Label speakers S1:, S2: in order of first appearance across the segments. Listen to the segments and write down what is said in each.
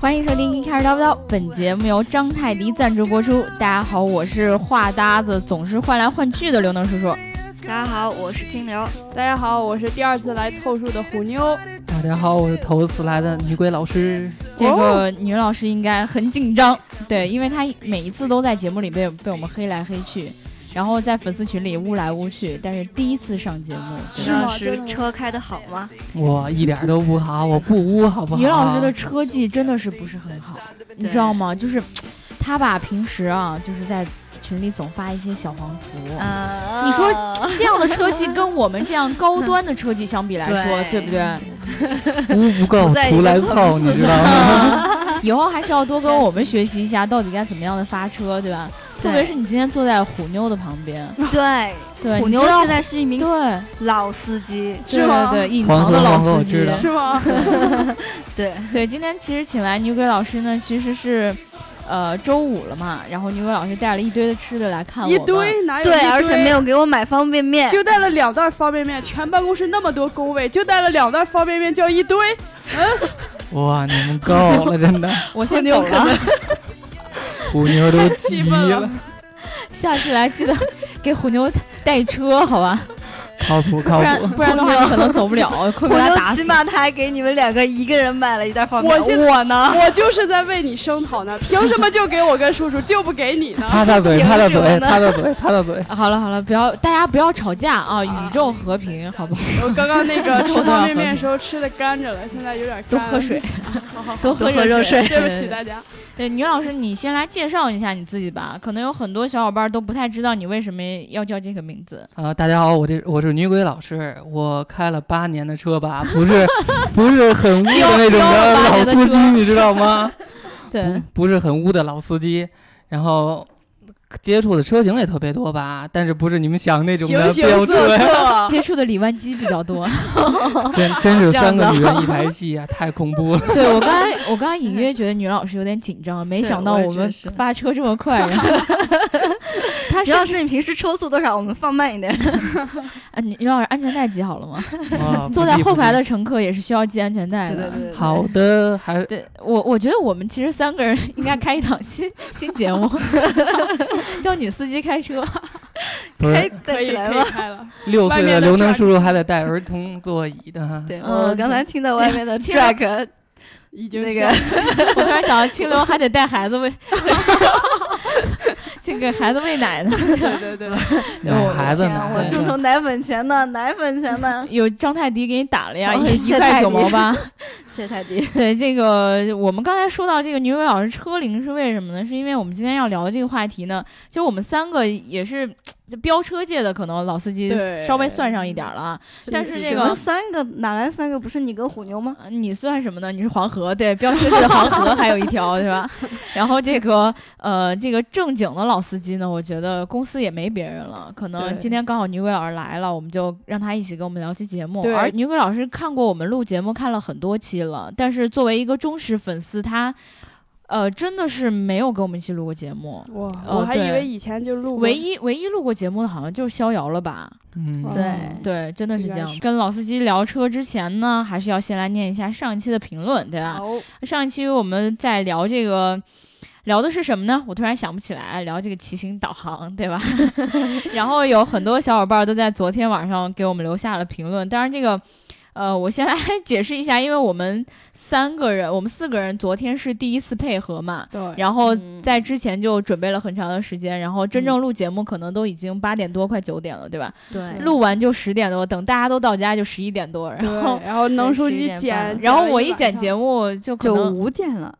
S1: 欢迎收听《一开始叨不叨》，本节目由张泰迪赞助播出。大家好，我是话搭子总是换来换去的刘能叔叔。
S2: 大家好，我是金牛。
S3: 大家好，我是第二次来凑数的虎妞。
S4: 大家好，我是头次来的女鬼老师。
S1: 这个女老师应该很紧张，对，因为她每一次都在节目里被被我们黑来黑去，然后在粉丝群里污来污去，但是第一次上节目，
S3: 是
S2: 刘
S3: 吗
S2: 老师
S3: 真的吗
S2: 车开的好吗？
S4: 我一点都不好，我不污好不好？
S1: 女老师的车技真的是不是很好，你知道吗？就是她吧，平时啊，就是在群里总发一些小黄图。
S3: 嗯
S2: 啊
S1: 你说这样的车技跟我们这样高端的车技相比来 说，对
S2: 对
S1: 不对？
S4: 污不够，
S2: 不在一
S4: 图
S2: 个
S4: 来
S2: 层
S4: 凑，
S2: 次
S4: 你知 道吗？
S1: 以后还是要多跟我们学习一下，到底该怎么样的发车，对吧？特
S2: 对
S1: 别是你今天坐在虎妞的旁边，
S2: 对，
S1: 对，
S2: 虎
S1: 你
S2: 妞
S1: 知道
S2: 现在是一
S1: 对
S2: 名
S1: 对
S2: 老司机，
S3: 是吗
S1: 对对，隐藏的
S4: 黄河黄河
S1: 老
S4: 我
S1: 司机
S4: 知道。
S3: 是吗？
S2: 对，
S1: 对，今天其实请来女鬼老师呢，其实是，呃，周五了嘛，然后女鬼老师带了一堆的吃的来看我
S3: 一
S1: 们
S3: 堆哪有一
S2: 对，
S3: 堆
S2: 而且没有给我买方便
S1: 哎
S2: 面，
S3: 就带了两袋方便面，全办公室那么多工位，就带了两袋方便面，叫一 堆。
S4: 哇，你们够了，真的，
S1: 我先走了，
S4: 虎妞都急
S3: 气愤
S4: 了
S3: 了，
S1: 下次来记得 给虎妞带车，好吧？
S4: 靠谱靠
S1: 不然
S4: 谱。
S1: 不然的话，你可能走不了，快被
S2: 我
S1: 他
S2: 就
S1: 打
S2: 起
S1: 死。
S2: 码他还给你们两个一个人买了一袋方便
S3: 我现
S2: 面，我呢？
S3: 我就是在为你声讨呢，凭什么就给我跟叔叔，就不给你 呢？
S4: 擦擦嘴，
S2: 挺
S4: 擦擦
S2: 准
S4: 嘴，
S2: 的
S4: 擦擦嘴，擦擦嘴。
S1: 好了好了，不要大家不要吵架啊，宇宙和平，好不好？
S3: 我刚刚那个吃方便面的时候吃的干着了，现在有点干。
S1: 多喝水，
S3: 好好，
S1: 多喝
S2: 多喝
S1: 热
S2: 热
S1: 水。
S3: 对不起大家。
S1: 对，女老师，你先来介绍一下你自己吧。可能有很多小伙伴都不太知道你为什么要叫这个名字。
S4: 啊、大家好，我这我是女鬼老师，我开了八年的车吧，不是 不是很污的那种
S1: 飙了八
S4: 老
S1: 年的
S4: 司机，
S1: 车
S4: 你知道吗？
S1: 对
S4: 不，不是很污的老司机，然后接触的车型也特别多吧，但是不是你们想那种
S3: 形
S4: 的
S3: 形
S4: 标
S3: 色
S4: 准，
S3: 色，
S1: 接触的李万基比较 多。
S4: 真真是
S2: 这样
S4: 三个
S2: 的
S4: 女人一台戏啊，太恐怖了。
S1: 对我刚才，我刚才隐约觉得女老师有点紧张，没
S2: 对
S1: 想到
S2: 我也
S1: 我
S2: 觉得
S1: 们
S2: 是
S1: 发车这么快。然后 她是
S2: 刘老师，你平时车速多少？我们放慢一点。
S1: 啊，女女老师安全带系好了吗？
S4: 哇
S1: 坐在后排。
S4: 不
S1: 的乘客也是需要系安全带的。
S2: 对
S4: 记好的，还
S1: 对我，我觉得我们其实三个人 应该开一档新新节 目， 叫女司机开车。
S4: 不
S2: 可以
S4: 是
S3: 可
S2: 带起
S3: 以
S2: 来
S3: 可以
S2: 吗？
S3: 开了。
S4: 六岁
S3: 外
S4: 的
S3: 面的
S4: 刘能
S3: 转
S4: 叔叔还得带儿童座椅的哈。
S2: 对，
S1: 嗯
S2: 我刚才听到外面 的 truck
S3: 已经
S2: 那
S3: 是
S2: 个，
S1: 我突然想到，清流还得带孩子 喂，去给孩子喂奶呢。，
S3: 对对对，
S4: 奶孩子
S2: 天
S4: 呢
S2: 啊，？我
S4: 对
S2: 众筹奶粉钱呢，奶粉钱呢
S1: 有张泰迪给你打了呀，
S2: 哦
S1: 一一
S2: 谢
S1: 块
S2: 泰
S1: 九
S2: 迪
S1: 毛八。
S2: 谢太低。
S1: 对这个，我们刚才说到这个女鬼老师车龄是为什么呢？是因为我们今天要聊的这个话题呢，就我们三个也是这飙车界的，可能老司机
S3: 对
S1: 稍微算上一点儿了啊。 但是这
S2: 你们
S1: 个
S2: 三个哪来三个？不是你跟虎妞吗？
S1: 呃你算什么呢？你是黄河，对，飙车界的黄河还有一条，对吧？ 然后这个呃，这个正经的老司机呢，我觉得公司也没别人了，可能
S3: 对
S1: 今天刚好女鬼老师来了，我们就让她一起跟我们聊期节目。
S3: 对
S1: 而女鬼老师看过我们录节目看了很多期了，但是作为一个忠实粉丝，她呃真的是没有跟我们一起录过节目。
S3: 哇，
S1: 哦
S3: 我还以
S1: 对
S3: 为以前就录过
S1: 唯一唯一录过节目的好像就是逍遥了吧？
S4: 嗯，
S3: 哦
S1: 对对，真的是
S3: 应
S1: 这
S3: 该
S1: 样
S3: 是。
S1: 跟老司机聊车之前呢，还是要先来念一下上一期的评论，对吧？
S3: 好
S1: 上一期我们在聊这个，聊的是什么呢？我突然想不起来，聊这个骑行导航，对吧？ 然后有很多小伙伴都在昨天晚上给我们留下了评论。当然，这个，呃，我先来 解释一下，因为我们三个人，我们四个人昨天是第一次配合嘛，
S3: 对，
S1: 然后
S2: 嗯
S1: 在之前就准备了很长的时间，然后真正录节目可能都已经八点多，快九点了，对吧？
S2: 对
S1: 录完就十点多，等大家都到家嗯就十一点多，然
S3: 对
S1: 后。
S3: 然后能
S2: 对
S3: 书
S2: 11
S3: 记
S2: 点半
S3: 剪，
S1: 然后我一剪
S3: 剪
S1: 节
S3: 目，
S1: 目就可
S2: 就
S1: 能
S2: 五点了，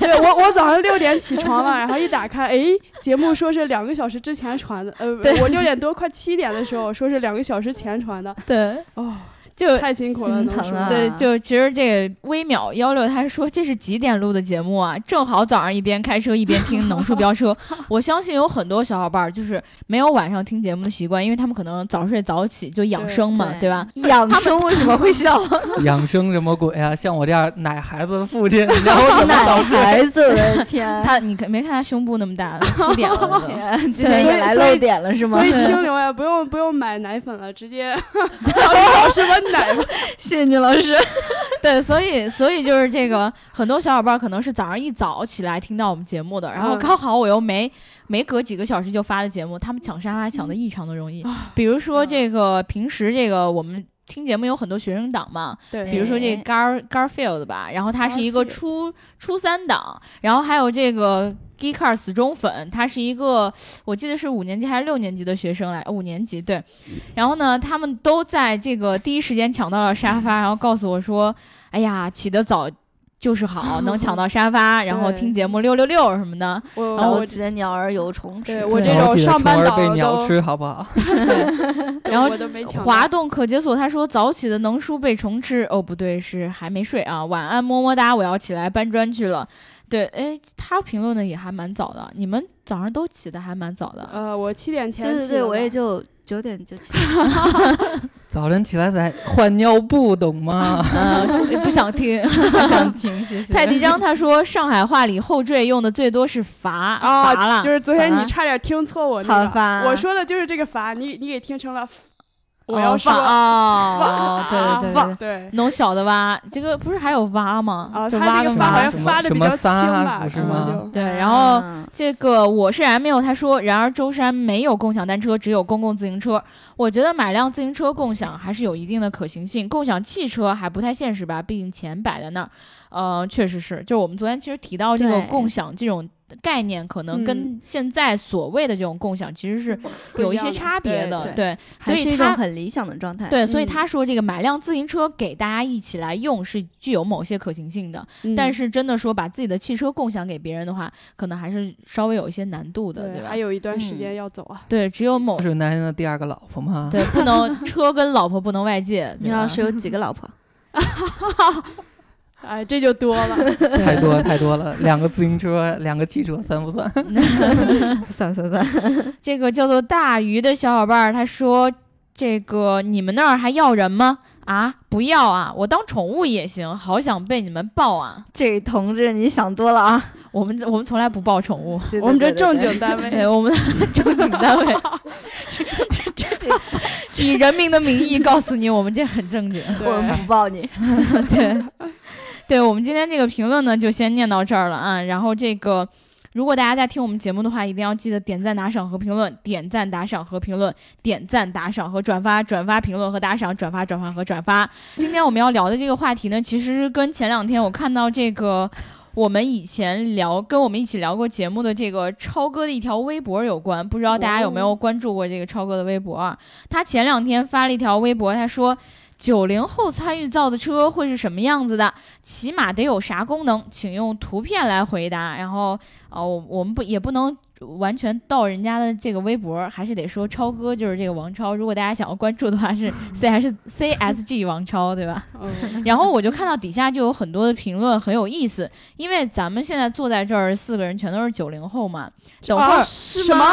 S3: 对我我早上六点起床了，然后一打开，哎，节目说是两个小时之前传的，呃，
S1: 对
S3: 我六点多快七点的时候说是两个小时前传的，
S1: 对
S3: 哦，
S1: 就
S3: 太辛苦了，
S2: 心
S3: 能
S2: 疼
S3: 说
S2: 啊
S1: 对，就其实这个微秒幺六他说这是几点录的节目啊？正好早上一边开车一边听能叔飙 车。我相信有很多小伙伴儿就是没有晚上听节目的习惯，因为他们可能早睡早起就养生嘛，对
S2: 对
S1: 吧？
S2: 养生为什么会笑？
S4: 养生什么鬼啊？像我这样奶孩子的父亲，你让我怎么
S2: 奶
S4: 导师？
S2: 孩子，我的天！
S1: 他你看没看他胸部那么 大，凸点了都。
S2: 天，今
S1: 对
S2: 天也来
S3: 所以
S2: 露点了是吗
S3: 所？以清流呀，不用不用买奶粉了，直接让老师把奶吧。
S2: 谢谢你老师。
S1: 对，所以所以就是这个，很多小伙伴可能是早上一早起来听到我们节目的，然后
S3: 嗯
S1: 刚好我又没没隔几个小时就发的节目，他们抢沙发抢的异常的容易。比如说这个平时这个我们听节目有很多学生党嘛，
S3: 对，
S1: 比如说这
S2: 哎
S1: Gar Garfield 吧，然后他是一个
S2: Garfield
S1: 初初三党，然后还有这个 Geekar 死忠粉，他是一个我记得是五年级还是六年级的学生来，五年级对，然后呢，他们都在这个第一时间抢到了沙发，然后告诉我说，哎呀，起得早。就是 好，能抢到沙发，然后
S3: 对
S1: 听节目六六六什么的，
S3: 我
S1: 然后
S3: 我
S2: 早起的鸟儿有虫吃
S3: 对。我这
S4: 对
S3: 种
S4: 记得
S3: 上班
S4: 虫儿
S3: 党
S4: 被
S3: 都
S4: 鸟 吃，好不好？
S1: 对。然后
S3: 我都没抢到。
S1: 滑动可解锁，他说早起的能书被虫吃，哦不对，是还没睡啊。晚安么么哒，我要起来搬砖去了。对，哎，他评论的也还蛮早的，你们早上都起的还蛮早 的。
S3: 呃，我七点前
S2: 对对
S3: 起
S2: 对，
S3: 的
S2: 我也
S3: 吧
S2: 就九点就起。
S4: 早晨起来得换尿布，懂吗？
S3: 啊
S1: 呃，就 不想 听，
S2: 不想听，谢谢
S1: 泰迪 张他说上海话里后缀用的最多是罚
S3: 啊，
S1: 罚了，
S3: 就是昨天
S1: 罚
S3: 你差点听错我那
S2: 好
S3: 个，
S2: 吧，
S3: 我说的就是这个罚，你你给听成了，我
S1: 哦
S3: 要
S1: 罚
S3: 说
S1: 哦，对对对对对，
S3: 啊对
S1: 弄小的蛙，这个不是还有蛙吗？
S3: 啊，
S1: 就
S3: 他
S1: 蛙
S3: 这
S1: 的
S3: 个
S4: 发
S3: 发
S1: 蛙
S3: 好像
S4: 什么
S3: 发的
S4: 什
S3: 比
S4: 么
S3: 较轻
S4: 仨
S3: 吧，
S4: 不是
S3: 可能
S4: 吗
S3: 就
S1: 对，然后
S2: 嗯
S1: 这个我是 M U，他说，然而舟山没有共享单车，只有公共自行车。我觉得买辆自行车共享还是有一定的可行性，共享汽车还不太现实吧，毕竟钱摆在那儿。呃，确实是，就是我们昨天其实提到这个
S2: 对嗯
S1: 共享这种概念，可能跟现在所谓的这种共享其实是
S3: 不
S1: 有一
S3: 样
S1: 些
S3: 的
S1: 差别的，
S2: 对
S1: 对，所
S2: 还是
S1: 以
S2: 一种
S1: 他。
S2: 很理想的状态。
S1: 对，所以
S3: 嗯
S1: 他说这个买辆自行车给大家一起来用是具有某些可行性的，
S3: 嗯
S1: 但是真的说把自己的汽车共享给别人的话，可能还是稍微有一些难度的，对
S3: 对，
S1: 吧？
S3: 还有一段时
S2: 嗯
S3: 间要走 啊。
S1: 对，只有某
S4: 不是男人的第二个老婆吗？
S1: 对不 能车跟老婆不能外借，
S2: 你
S1: 对吧
S3: 啊
S2: 老师有几个老婆？
S3: 哎，这就多了。
S4: 太多太多了，两个自行车，两个汽车，算不算？
S2: 算算算，
S1: 这个叫做大鱼的小伙伴儿，他说这个你们那儿还要人吗？啊，不要啊！我当宠物也行，好想被你们抱啊！
S2: 这同志你想多了啊！
S1: 我们我们从来不抱宠物，
S2: 对
S3: 我们这
S2: 对对
S3: 正
S2: 对
S3: 经单位
S1: 对，我们正经单位， 以人民的名义告诉你，我们这很正经。
S3: 对
S2: 我们不抱你。
S1: 对， 对我们今天这个评论呢，就先念到这儿了啊。然后这个，如果大家在听我们节目的话，一定要记得点赞、打赏和评论，点赞、打赏和评论，点赞、打赏和转发，转发、评论和打赏，转发、转发和转发。今天我们要聊的这个话题呢，其实跟前两天我看到这个。我们以前聊跟我们一起聊过节目的这个超哥的一条微博有关，不知道大家有没有关注过这个超哥的微博啊？他前两天发了一条微博，他说九零后参与造的车会是什么样子的？起码得有啥功能？请用图片来回答。然后，呃，我我们不也不能完全盗人家的这个微博，还是得说超哥就是这个王超。如果大家想要关注的话，是 C S C S G 王超，对吧？
S3: 嗯
S1: 然后我就看到底下就有很多的评论，很有意思。因为咱们现在坐在这儿四个人全都是九零后嘛，等会儿、
S3: 啊什 么？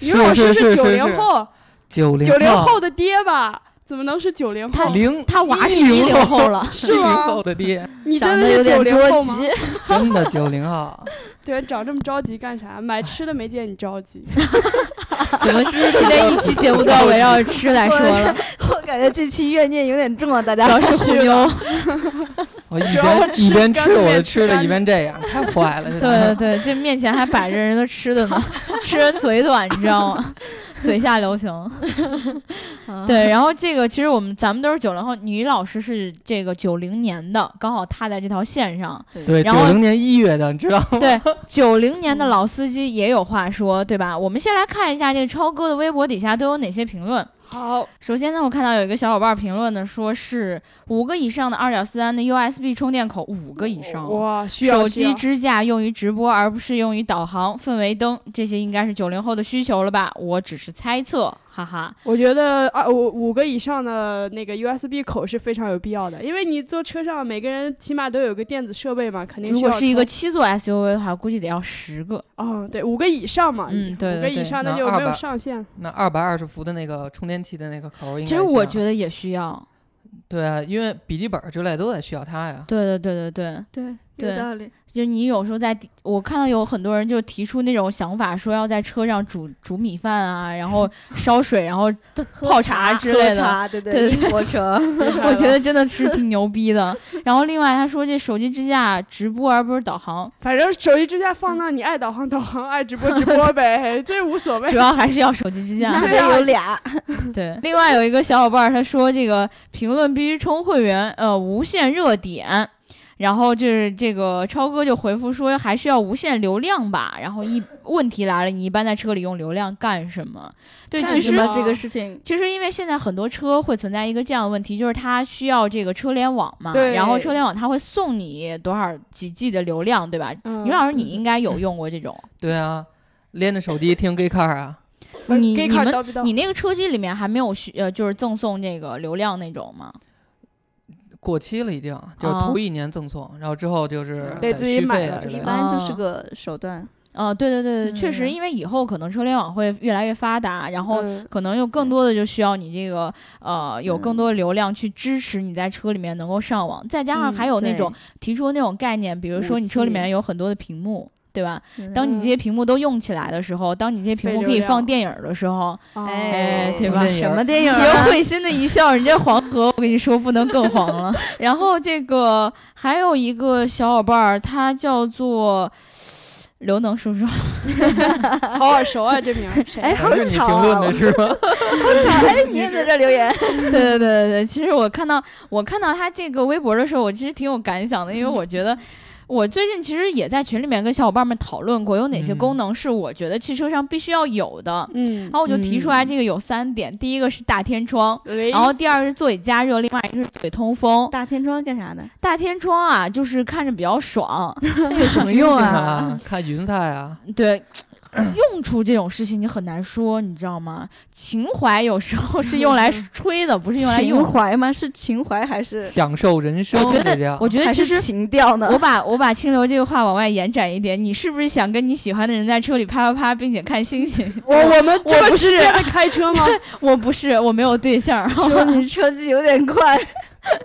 S3: 于
S4: 是
S3: 老师
S4: 是是
S3: 九
S4: 是
S3: 零
S4: 是
S3: 后，
S4: 九零
S3: 九零后的爹吧？怎么能是九零后？
S4: 零
S1: 他娃是一 零后 了，
S3: 是
S4: 零
S3: 吗
S4: 后的爹，
S3: 你
S2: 长
S3: 真
S2: 得
S3: 的
S2: 有
S3: 是九
S2: 点
S3: 零
S2: 着
S3: 后吗？
S2: 急，
S4: 真的九零后。
S3: 对，长这么着急干啥？买吃的没见你着 急，
S1: 我们今天一期节目都要围绕着吃来说了，
S2: 我感觉这期怨念有点重啊，大
S1: 主
S2: 家。
S1: 要是虎妞。
S4: 我一
S3: 主要我
S4: 边
S3: 吃
S4: 一边
S3: 干
S4: 吃
S3: 面
S4: 我的
S3: 吃
S4: 吃的，
S3: 干
S4: 一边这样，太 坏了。这
S1: 对对，这面前还摆着人的吃的呢，吃人嘴短，你知道吗？嘴下留情。对，然后这个其实我们咱们都是九零后，女老师是这个九零年的，刚好踏在这条线上。
S4: 对，
S1: 然
S4: 九
S1: 后
S4: 零年一月的，你知道吗？
S1: 对，九零年的老司机也有话说，对吧？我们先来看一下这个超哥的微博底下都有哪些评论。
S3: 好，
S1: 首先呢，我看到有一个小伙伴评论呢，说是五个以上的二点四安的 USB 充电口，五个以上，
S3: 哇，需要
S1: 手
S3: 需
S1: 机
S3: 要
S1: 支架用于直播，而不是用于导航、氛围灯，这些应该是九零后的需求了吧？我只是猜测，哈哈。
S3: 我觉得二五五个以上的那个 USB 口是非常有必要的，因为你坐车上，每个人起码都有个电子设备嘛，肯定
S1: 如
S3: 需要
S1: 果是一个
S3: 充，
S1: 七座 SUV 的话，估计得要十个。
S3: 嗯，对，五个以上嘛，
S1: 嗯对对
S3: 五个
S1: 对
S3: 以上那
S4: 那
S3: 就没有
S4: 200
S3: 上限，
S4: 那二百二十伏的那个充电器的那个口儿，应
S1: 其
S4: 该
S1: 实我
S4: 得
S1: 觉得也需要。
S4: 对啊，因为笔记本之类都得需要它呀。
S1: 对对对对对。
S2: 对，
S1: 对
S5: 有道理。
S1: 就是你有时候在地，我看到有很多人就提出那种想法，说要在车上煮煮米饭啊，然 后烧水，然后泡茶之类
S2: 喝
S1: 的。
S2: 茶对对
S1: 对对
S2: 英国车，
S1: 我觉得真的是挺牛逼的。然后另外他说这手机支架直播而不是导 航，
S3: 反正手机支架
S1: 嗯
S3: 放那，你爱导航导航，爱直播直播 呗，这无所谓
S1: 主。要还是要手机支
S2: 那
S1: 架。
S2: 得有俩，
S1: 对，另外有一个小伙伴儿他说这个评论必须充会员，呃，无限热点。然后就是这个超哥就回复说还需要无限流量吧。然后一问题来了，你一般在车里用流量干什么？对，
S5: 干
S1: 其
S5: 什
S1: 实
S5: 么这个事情，
S1: 其实因为现在很多车会存在一个这样的问题，就是它需要这个车联网嘛，
S3: 对
S1: 然后车联网它会送你多少几 G 的流量，对吧？
S3: 嗯
S1: 于老师，你应该有用过这种，
S4: 对啊，连着手机听 gay car 啊，
S1: 你
S3: 呃给
S1: 你
S3: 卡
S1: 们
S3: 叨逼叨
S1: 你那个车机里面还没有需呃，就是赠送那个流量那种吗？
S4: 过期了已经，就是
S1: 啊
S4: 头一年赠送，然后之后就是
S3: 得
S4: 再
S3: 自己
S4: 续
S3: 买
S4: 费啊
S3: 了
S4: 之类
S5: 一
S4: 的。
S5: 般就是个手段。
S1: 呃，对对对对，确实，
S5: 嗯
S1: 因为以后可能车联网会越来越发达，然后
S3: 嗯
S1: 可能有更多的就需要你这个呃有
S5: 嗯
S1: 更多的流量去支持你在车里面能够上网，再加上
S3: 嗯
S1: 还有哦那
S5: 对
S1: 种提出那种概念，比如说你车里面
S5: 5G
S1: 有很多的屏幕，对吧？
S5: 嗯
S1: 当你这些屏幕都用起来的时候，当你这些屏幕可以放电影的 时候，
S3: 哦
S1: 哎，对
S4: 放
S1: 吧？
S4: 电影
S2: 什么电影
S1: 你
S2: 啊？
S1: 又会心的一笑，你这黄河，我跟你说不能更黄了。然后这个还有一个小伙伴儿，他叫做刘能叔叔，哎
S3: 好耳熟啊，这名儿谁？
S2: 哎，好
S4: 还是你
S2: 巧
S4: 评
S2: 啊！
S4: 论的
S2: 我
S4: 是 吗？
S2: 操哎，你也在这留言，
S1: 对对对对对。其实我看到我看到他这个微博的时候，我其实挺有感想的，因为我觉 得。我最近其实也在群里面跟小伙伴们讨论过，有哪些
S4: 嗯
S1: 功能是我觉得汽车上必须要有的。
S3: 嗯
S1: 然，后我就提出来这个有三点，第一个是大天窗，
S3: 然
S1: 然后第二是座椅加热，另外一个是座椅通风。
S5: 大天窗干啥的？
S1: 大天窗啊，就是看着比较 爽，
S2: 有什 么用啊？
S4: 啊，看云彩啊，
S1: 对。用处这种事情你很难说，你知道吗？情怀有时候是用来 吹的，不是用来用
S2: 情
S1: 的。
S2: 怀 吗？是情怀还 是
S4: 享受人生，
S1: 我觉
S4: 这叫
S1: 得，我觉得
S2: 还
S1: 其实
S2: 是情调 呢
S1: 我？把我把清流这个话往外延展一点，你是不是想跟你喜欢的人在车里啪啪啪，并且看星星？
S3: 我我们这
S1: 我
S3: 么
S1: 不
S3: 直
S1: 是
S3: 接的开车吗？
S1: 我不是，我没有对象。
S2: 说你车技有点快，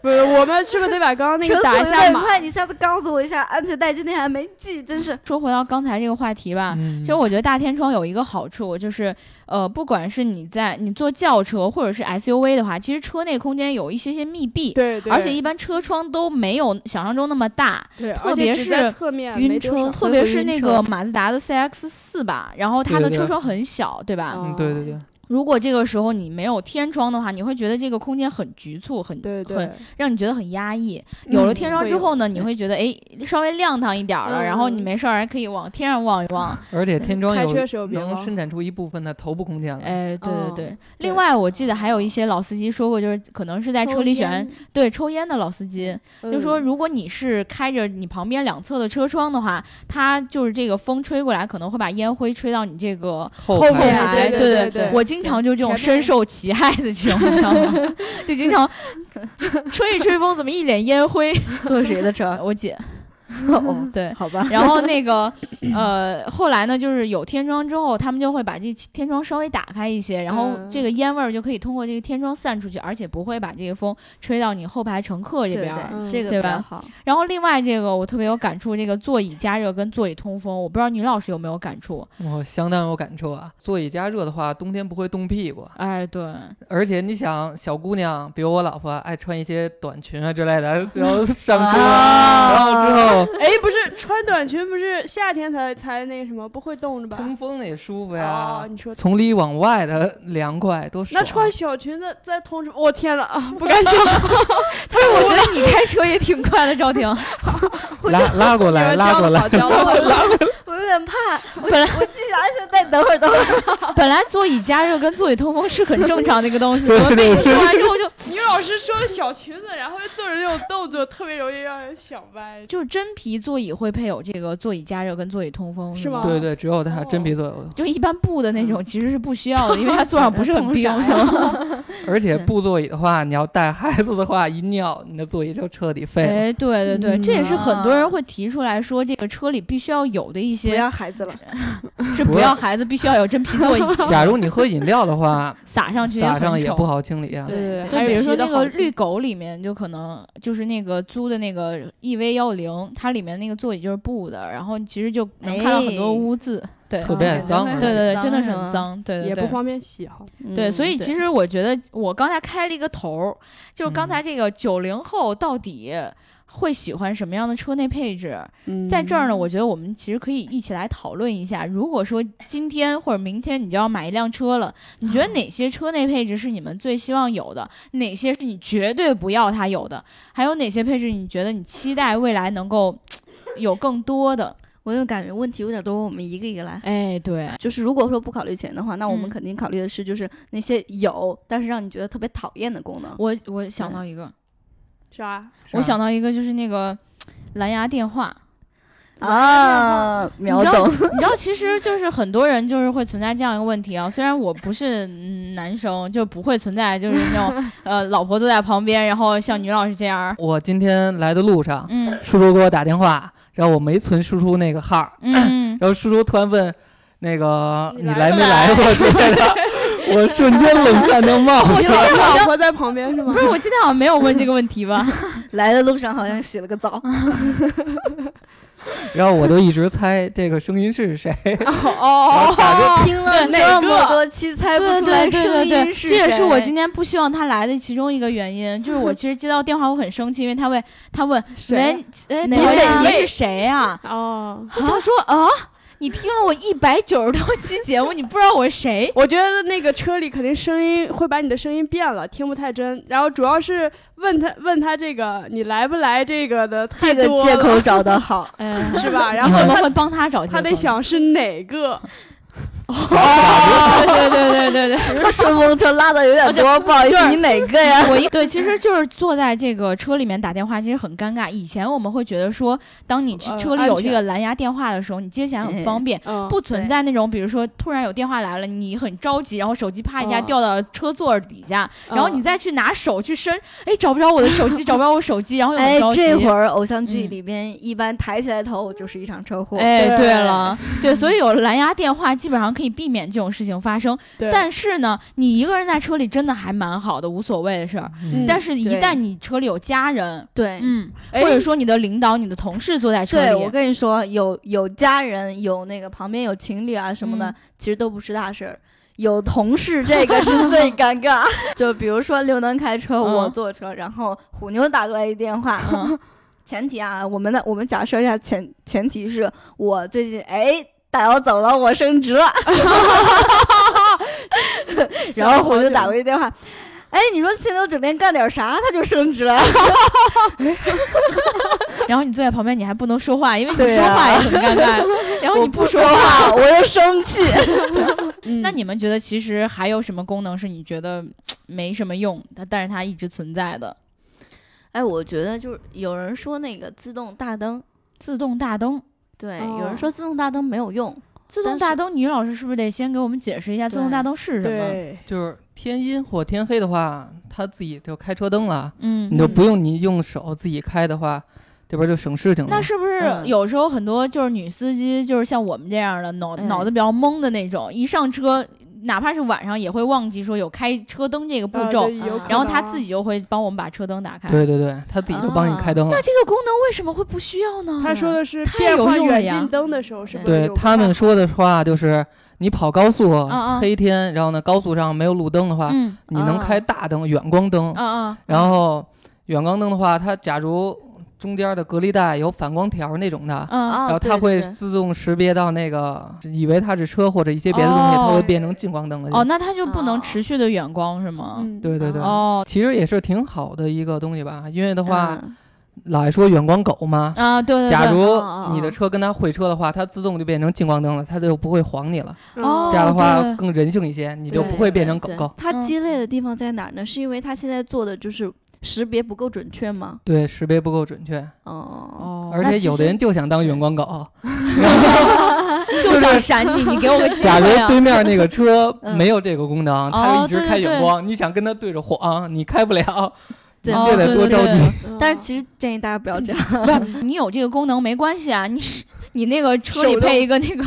S3: 不是，我们是不是得把刚刚那
S2: 车
S3: 个
S2: 速
S3: 打一
S2: 有
S3: 下
S2: 点
S3: 码？
S2: 快，你下次告诉我一下，安全带今天还没系，真是。
S1: 说回到刚才这个话题
S3: 啊
S1: 吧，
S4: 嗯
S1: 其实我觉得大天窗有一个好处，就是呃，不管是你在你坐轿车或者是 SUV 的话，其实车内空间有一些些密闭，
S3: 对对，
S1: 而且一般车窗都没有想象中那么大。
S3: 对，
S1: 特
S3: 而且
S1: 别
S3: 只
S1: 是
S3: 在侧面
S5: 晕
S3: 哎没多
S5: 车
S3: 少
S1: 特别是那
S5: 会
S1: 个
S5: 有晕
S3: 嗯
S1: 马自达的 CX 四吧，然后它
S4: 对
S1: 的
S4: 对
S1: 车
S4: 对
S1: 窗很小，对吧？
S3: 哦
S4: 嗯，对对对，
S1: 如果这个时候你没有天窗的话，你会觉得这个空间很局促，很
S3: 对对
S1: 很，让你觉得很压抑。有了
S3: 嗯
S1: 天窗
S3: 会
S1: 之
S3: 有
S1: 后呢，你会觉得哎稍微亮堂一点儿了，然后你
S3: 嗯
S1: 没事儿还可以往天上望一望。
S4: 而且天窗
S3: 开
S4: 有
S3: 车时候别
S4: 能
S3: 忘
S4: 生产出一部分的头部空间来。
S1: 哎，对对对。
S3: 嗯
S1: 另外，我记得还有一些老司机说过，就是可能是在车里
S5: 抽
S1: 选
S5: 烟
S1: 对抽烟的老司机，就说
S3: 嗯
S1: 如果你是开着你旁边两侧的车窗的话，它就是这个风吹过来，可能会把烟灰吹到你这个后
S4: 后啊排
S1: 排。
S3: 对
S1: 对
S3: 对对对
S1: 我经常就这种
S5: 前面
S1: 深受其害的这种，你知道吗？就经常就吹一吹风，怎么一脸烟灰？
S2: 坐谁的车？
S1: 我姐
S2: 哦，
S1: 对。
S2: 好吧。
S1: 然后那个，呃，后来呢，就是有天窗之后，他们就会把这天窗稍微打开一些，然后
S3: 嗯
S1: 这个烟味儿就可以通过这个天窗散出去，而且不会把这个风吹到你后排乘客这
S5: 对
S1: 边
S5: 对，
S1: 儿。
S3: 嗯
S5: 这个
S1: 对
S5: 比
S1: 吧
S5: 较好。
S1: 然后另外这个我特别有感触，这个座椅加热跟座椅通风，我不知道女老师有没有感触？
S4: 我相当有感触啊。座椅加热的话，冬天不会冻屁股，
S1: 哎，对，
S4: 而且你想，小姑娘，比如我老婆，爱穿一些短裙啊之类的，然 后上车，
S2: 啊
S4: 然后之后
S3: 哎，不是穿短裙，不是夏天才才那个什么，不会冻着吧？
S4: 通风也舒服
S3: 哦
S4: 呀，，
S3: 你说
S4: 从里往外的凉快，多爽。
S3: 那穿小裙子再通什么？我天哪啊， 不敢想，
S1: 但是我觉得你开车也挺快的，赵婷。
S4: 拉拉过
S3: 你
S4: 来，
S3: 们
S4: 拉
S3: 教
S4: 过
S3: 的
S4: 来，
S3: 好，教的好。
S2: 我有点怕，我
S1: 本来
S2: 我系上安全带，等会儿等会儿。
S1: 本来座椅加热跟座椅通风是很正常的一个 东西，
S4: 对
S1: 我被你
S4: 对
S1: 说完之后就
S3: 女老师说了小裙子，然后又做着那种动作，特别容易让人想歪。
S1: 就是真皮座椅会配有这个座椅加热跟座椅通风，
S3: 是
S1: 吗
S3: 吗？
S4: 对对，只有
S1: 哦
S4: 它真皮座有。嗯
S1: 就一般布的那种其实是不需要的，因为它坐上不是很冰，是吧？
S4: 而且
S2: 对
S4: 布座椅的话，你要带孩子的话，一尿你的座椅就彻底废了。
S1: 哎， 对对对，
S3: 嗯
S1: 这也是很多人
S2: 啊
S1: 会提出来说，这个车里必须要有的一
S6: 不
S1: 些
S6: 要孩子了，
S1: 是
S4: 不
S1: 不
S4: 要
S1: 要孩子，必须要有真皮座椅
S4: 假如你喝饮料的话，
S1: 撒 上去，
S4: 撒上也不。好清理啊。
S3: 对对还
S1: 对，
S3: 是
S1: 比如
S3: 皮
S1: 说
S3: 的
S1: 那个
S3: 好清
S1: 绿狗里面，就可能就是那个租的那个 EV 幺零，它里面那个座椅就是布的，然后其实就能看到很
S2: 哎
S1: 多污渍。对，
S4: 特别脏啊
S1: 对对对，真的是
S2: 吧
S1: 很。脏。对对
S3: 也
S1: 对，
S3: 不方便洗哈。
S2: 嗯
S1: 对，所以其实我觉得我刚才开了一个头儿，就是
S4: 嗯
S1: 刚才这个九零后到底会喜欢什么样的车内配置？
S3: 嗯
S1: 在这儿呢，我觉得我们其实可以一起来讨论一下。如果说今天或者明天你就要买一辆车了，你觉得哪些车内配置是你们最希望有的？哪些是你绝对不要它有的？还有哪些配置你觉得你期待未来能够有更多的？
S2: 我就感觉问题有点多，我们一个一个来。
S1: 哎，对，
S2: 就是如果说不考虑钱的话，那我们
S1: 嗯
S2: 肯定考虑的是就是那些有，但是让你觉得特别讨厌的功能。
S1: 我我想到一个，
S3: 是吧？
S1: 我想到一个就是那个蓝牙电话。
S2: 啊，秒 懂。
S1: 你知道，其实就是很多人就是会存在这样一个问题啊。虽然我不是嗯男生，就不会存在就是那 种呃，老婆坐在旁边，然后像女老师这样儿。
S4: 我今天来的路上，
S1: 嗯
S4: 叔叔给我打电话，然后我没存叔叔那个号儿，
S1: 嗯，
S4: 然后叔叔突然问那个
S3: 你
S4: 你
S3: 来
S4: 来
S3: 不
S4: 没来过 之类 的，我瞬间冷汗都冒出
S1: 我今
S4: 来了。
S1: 天好
S3: 老
S1: 像
S3: 婆在旁边是吗
S1: 不？是，我今天好像没有问这个问题吧？
S2: 来的路上好像洗了个 澡，
S4: 然后我就一直猜这个声音是谁，
S1: 哦
S4: 我假装
S2: 听了
S1: 对
S2: 这
S1: 哪
S2: 么
S1: 个
S2: 多 期猜不
S1: 对
S2: 出
S1: 对
S2: 来
S1: 对
S2: 声
S1: 对
S2: 音
S1: 对，
S2: 是
S1: 这也是我今
S2: 天
S1: 天不希望他来的其中一个原因，就是我其实接到电话我很生气，因为他会他问
S3: 谁
S1: 喂哎
S2: 哪
S1: 哪
S2: 位
S1: 位
S2: 啊
S1: 你是谁呀？
S3: 哦，
S1: 我想说啊，你听了我一百九十多期节目，你不知道我是谁？
S3: 我觉得那个车里肯定声音会把你的声音变了，听不太真。然后主要是问他问他这个你来不来这个的太
S2: 这个
S3: 多
S2: 借
S3: 了
S2: 口找的好，
S1: 嗯。
S3: 是吧？然
S1: 你
S3: 后
S1: 怎么
S3: 他
S1: 会帮他找借口
S3: 他得想是哪个，
S1: 哦，对对对对
S2: 你说顺风车拉的有点多，不好意
S1: 就是
S2: 思，你哪个呀？
S1: 对，我一对其实就是坐在这个车里面打电话，其实很尴尬。以前我们会觉得说，当你
S3: 呃
S1: 车里有这个蓝牙电话的时候，你接起来很方便。
S3: 嗯，
S1: 不存在那种，比如说突然有电话来了，你很着急，然后手机啪一下
S3: 嗯
S1: 掉到车座底下，
S3: 嗯
S1: 然后你再去拿手去伸，哎，找不着我的手机，找不着我手机，然后又
S2: 哎
S1: 很着，急。
S2: 这会儿偶像剧
S1: 嗯
S2: 里边一般抬起来头就是一场车祸。
S1: 哎，
S3: 对
S1: 对了，对，所以有蓝牙电话基本上可以避免这种事情发生。
S3: 嗯 对，
S1: 但是呢，你一个人在车里真的还蛮好的，无所谓的事儿。
S3: 嗯
S1: 但是，一
S2: 对
S1: 旦你车里有家人，
S2: 对，
S1: 嗯，
S3: 哎
S1: 或者说你的领导、你的同事坐在车
S2: 对，
S1: 里，
S2: 我跟你说，有有家人，有那个旁边有情侣啊什么的，
S1: 嗯
S2: 其实都不是大事儿。有同事这个 是最尴尬，就比如说刘能开车，
S1: 嗯
S2: 我坐车，然后虎妞打过来一电话，
S1: 嗯
S2: 前提啊，我们的我们假设一下前前提是我最近哎大姚走了，我升职了， 然后虎妞打过一电话。哎，你说秦牛整天干点啥，他就升 职了。
S1: 然后你坐在旁边，你还不能说话，因为你
S2: 对
S1: 说
S2: 啊
S1: 话也很尴 尬。然后
S2: 我
S1: 你不说，
S2: 话，我就生气。
S3: 嗯
S1: 那你们觉得其实还有什么功能是你觉得没什么用，它但是它一直存在的？
S2: 哎，我觉得就是有人说那个自动大灯，
S1: 自动大灯，
S2: 对，
S3: 哦
S2: 有人说自动大灯没有用，
S1: 自动大灯，女老师是不是得先给我们解释一下自动大灯是什么？
S3: 对，
S4: 就是天阴或天黑的话，它自己就开车灯了，你
S1: 嗯，
S4: 就不用你用手自己开的话，这边就省事情了。
S1: 那是不是
S2: 嗯
S1: 有时候很多就是女司机，就是像我们这样的脑
S2: 嗯
S1: 脑子比较懵的那种，一上车，哪怕是晚上也会忘记说有开车灯这个步
S3: 啊
S1: 骤
S3: 对，有可
S1: 然后
S3: 能
S1: 他
S3: 啊
S1: 自己就会帮我们把车灯打开。
S4: 对对对，它自己就帮你开灯了
S1: 哦那。这个功能为什么会不需要呢？
S3: 他说的是
S1: 太
S3: 变
S1: 有
S3: 换
S1: 用了
S3: 远
S1: 呀
S3: 近灯的时候，是不是
S4: 对
S3: 有
S4: 他们
S3: 办
S4: 说的话就是，你跑高速
S1: 啊
S4: 黑天，然后呢高速上没有路灯的话，
S1: 嗯
S4: 你
S2: 啊
S4: 能开大灯、远光灯。
S1: 啊啊，
S4: 然后远光灯的话，它假如中间的隔离带有反光条那种的，
S2: 啊
S1: 嗯，
S4: 然后它会自动识别到那个，以为它是车或者一些别的东西，它会变成近光灯了。
S1: 哦，那它就不能
S2: 哦
S1: 持续的远光是
S3: 法
S1: 吗？
S3: 嗯，
S4: 对对对，啊
S1: 哦
S4: 其实也是挺好的一个东西吧，因为的话，
S1: 嗯
S2: 嗯
S4: 老爱说远光狗嘛。
S1: 啊，对对对。
S4: 假如
S2: 哦哦
S1: 嗯
S4: 你的车跟它会车的话，它自动就变成近光灯了，它就不会晃你了。
S3: 嗯
S1: 哦
S4: 这样的
S1: 对
S4: 话更人性一些，你
S2: 你
S4: 就不会变成狗狗。
S2: 它
S1: 嗯
S2: 鸡肋的地方在哪儿呢？是因为它现在做的就是识别不够准确吗？
S4: 对，识别不够准确，
S2: 哦，
S1: 哦，
S4: 而且有的人就想当远光狗，
S1: 就 想闪你，你给我个机
S4: 假如
S1: 会啊！
S4: 对面那 个车
S7: 嗯
S4: 没有这个功能，它
S1: 哦
S4: 一直
S1: 对
S4: 开
S1: 对
S4: 远
S1: 对
S4: 光，你想跟它对着晃，你开不了，
S7: 对
S4: 你
S1: 哦
S4: 这得
S1: 对
S4: 多
S1: 对
S4: 着
S1: 对
S4: 急。
S3: 嗯
S2: 但是其实建议大家不要这样，
S1: 你有这个功能没关系啊，你你那个车里
S3: 手动
S1: 配一个那个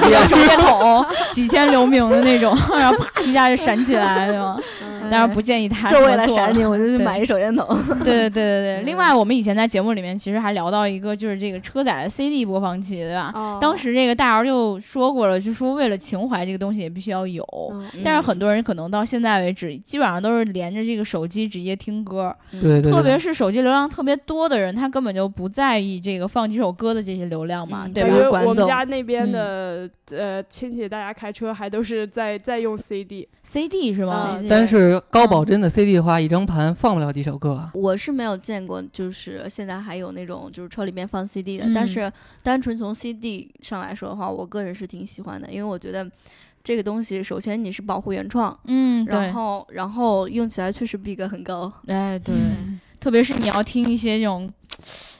S1: 那个手电筒，几千流明的那种，然后啪一下就闪起来，对吗？
S3: 嗯
S1: 当然不建议 大家
S2: 就
S1: 这
S2: 为
S1: 么
S2: 了
S1: 做
S2: 闪你，我就去
S1: 对
S2: 买一手 电筒。
S1: 对对对对对。另外，我们以前在节目里面其实还聊到一个，就是这个车载的 CD 播放器，对吧？
S3: 哦
S1: 当时这个大姚就说过了，就说为了情怀，这个东西也必须要有。
S4: 哦
S3: 嗯
S1: 但是很多人可能到现在为止，基本上都是连着这个手机直接听歌，
S4: 对对，
S1: 特
S4: 对
S1: 别是手机流量特别多的人，他根本就不在意这个放几首歌的这些流量嘛，
S2: 嗯
S1: 对
S3: 感
S1: 吧？
S3: 觉
S2: 管
S3: 我们
S2: 总
S3: 家那边的、呃亲戚，大家开车还都是在在用 CD，
S1: CD 是吗？
S3: 嗯
S4: 但是高保真的 CD 的话，一张盘放不了几首歌 啊。
S2: 我是没有见过，就是现在还有那种就是车里面放 CD 的，
S1: 嗯
S2: 但是单纯从 CD 上来说的话，我个人是挺喜欢的，因为我觉得这个东西，首先你是保护原创，
S1: 嗯，对
S2: 然，后然后用起来确实逼格很高。
S1: 哎对，
S4: 嗯
S1: 特别是你要听一些这种，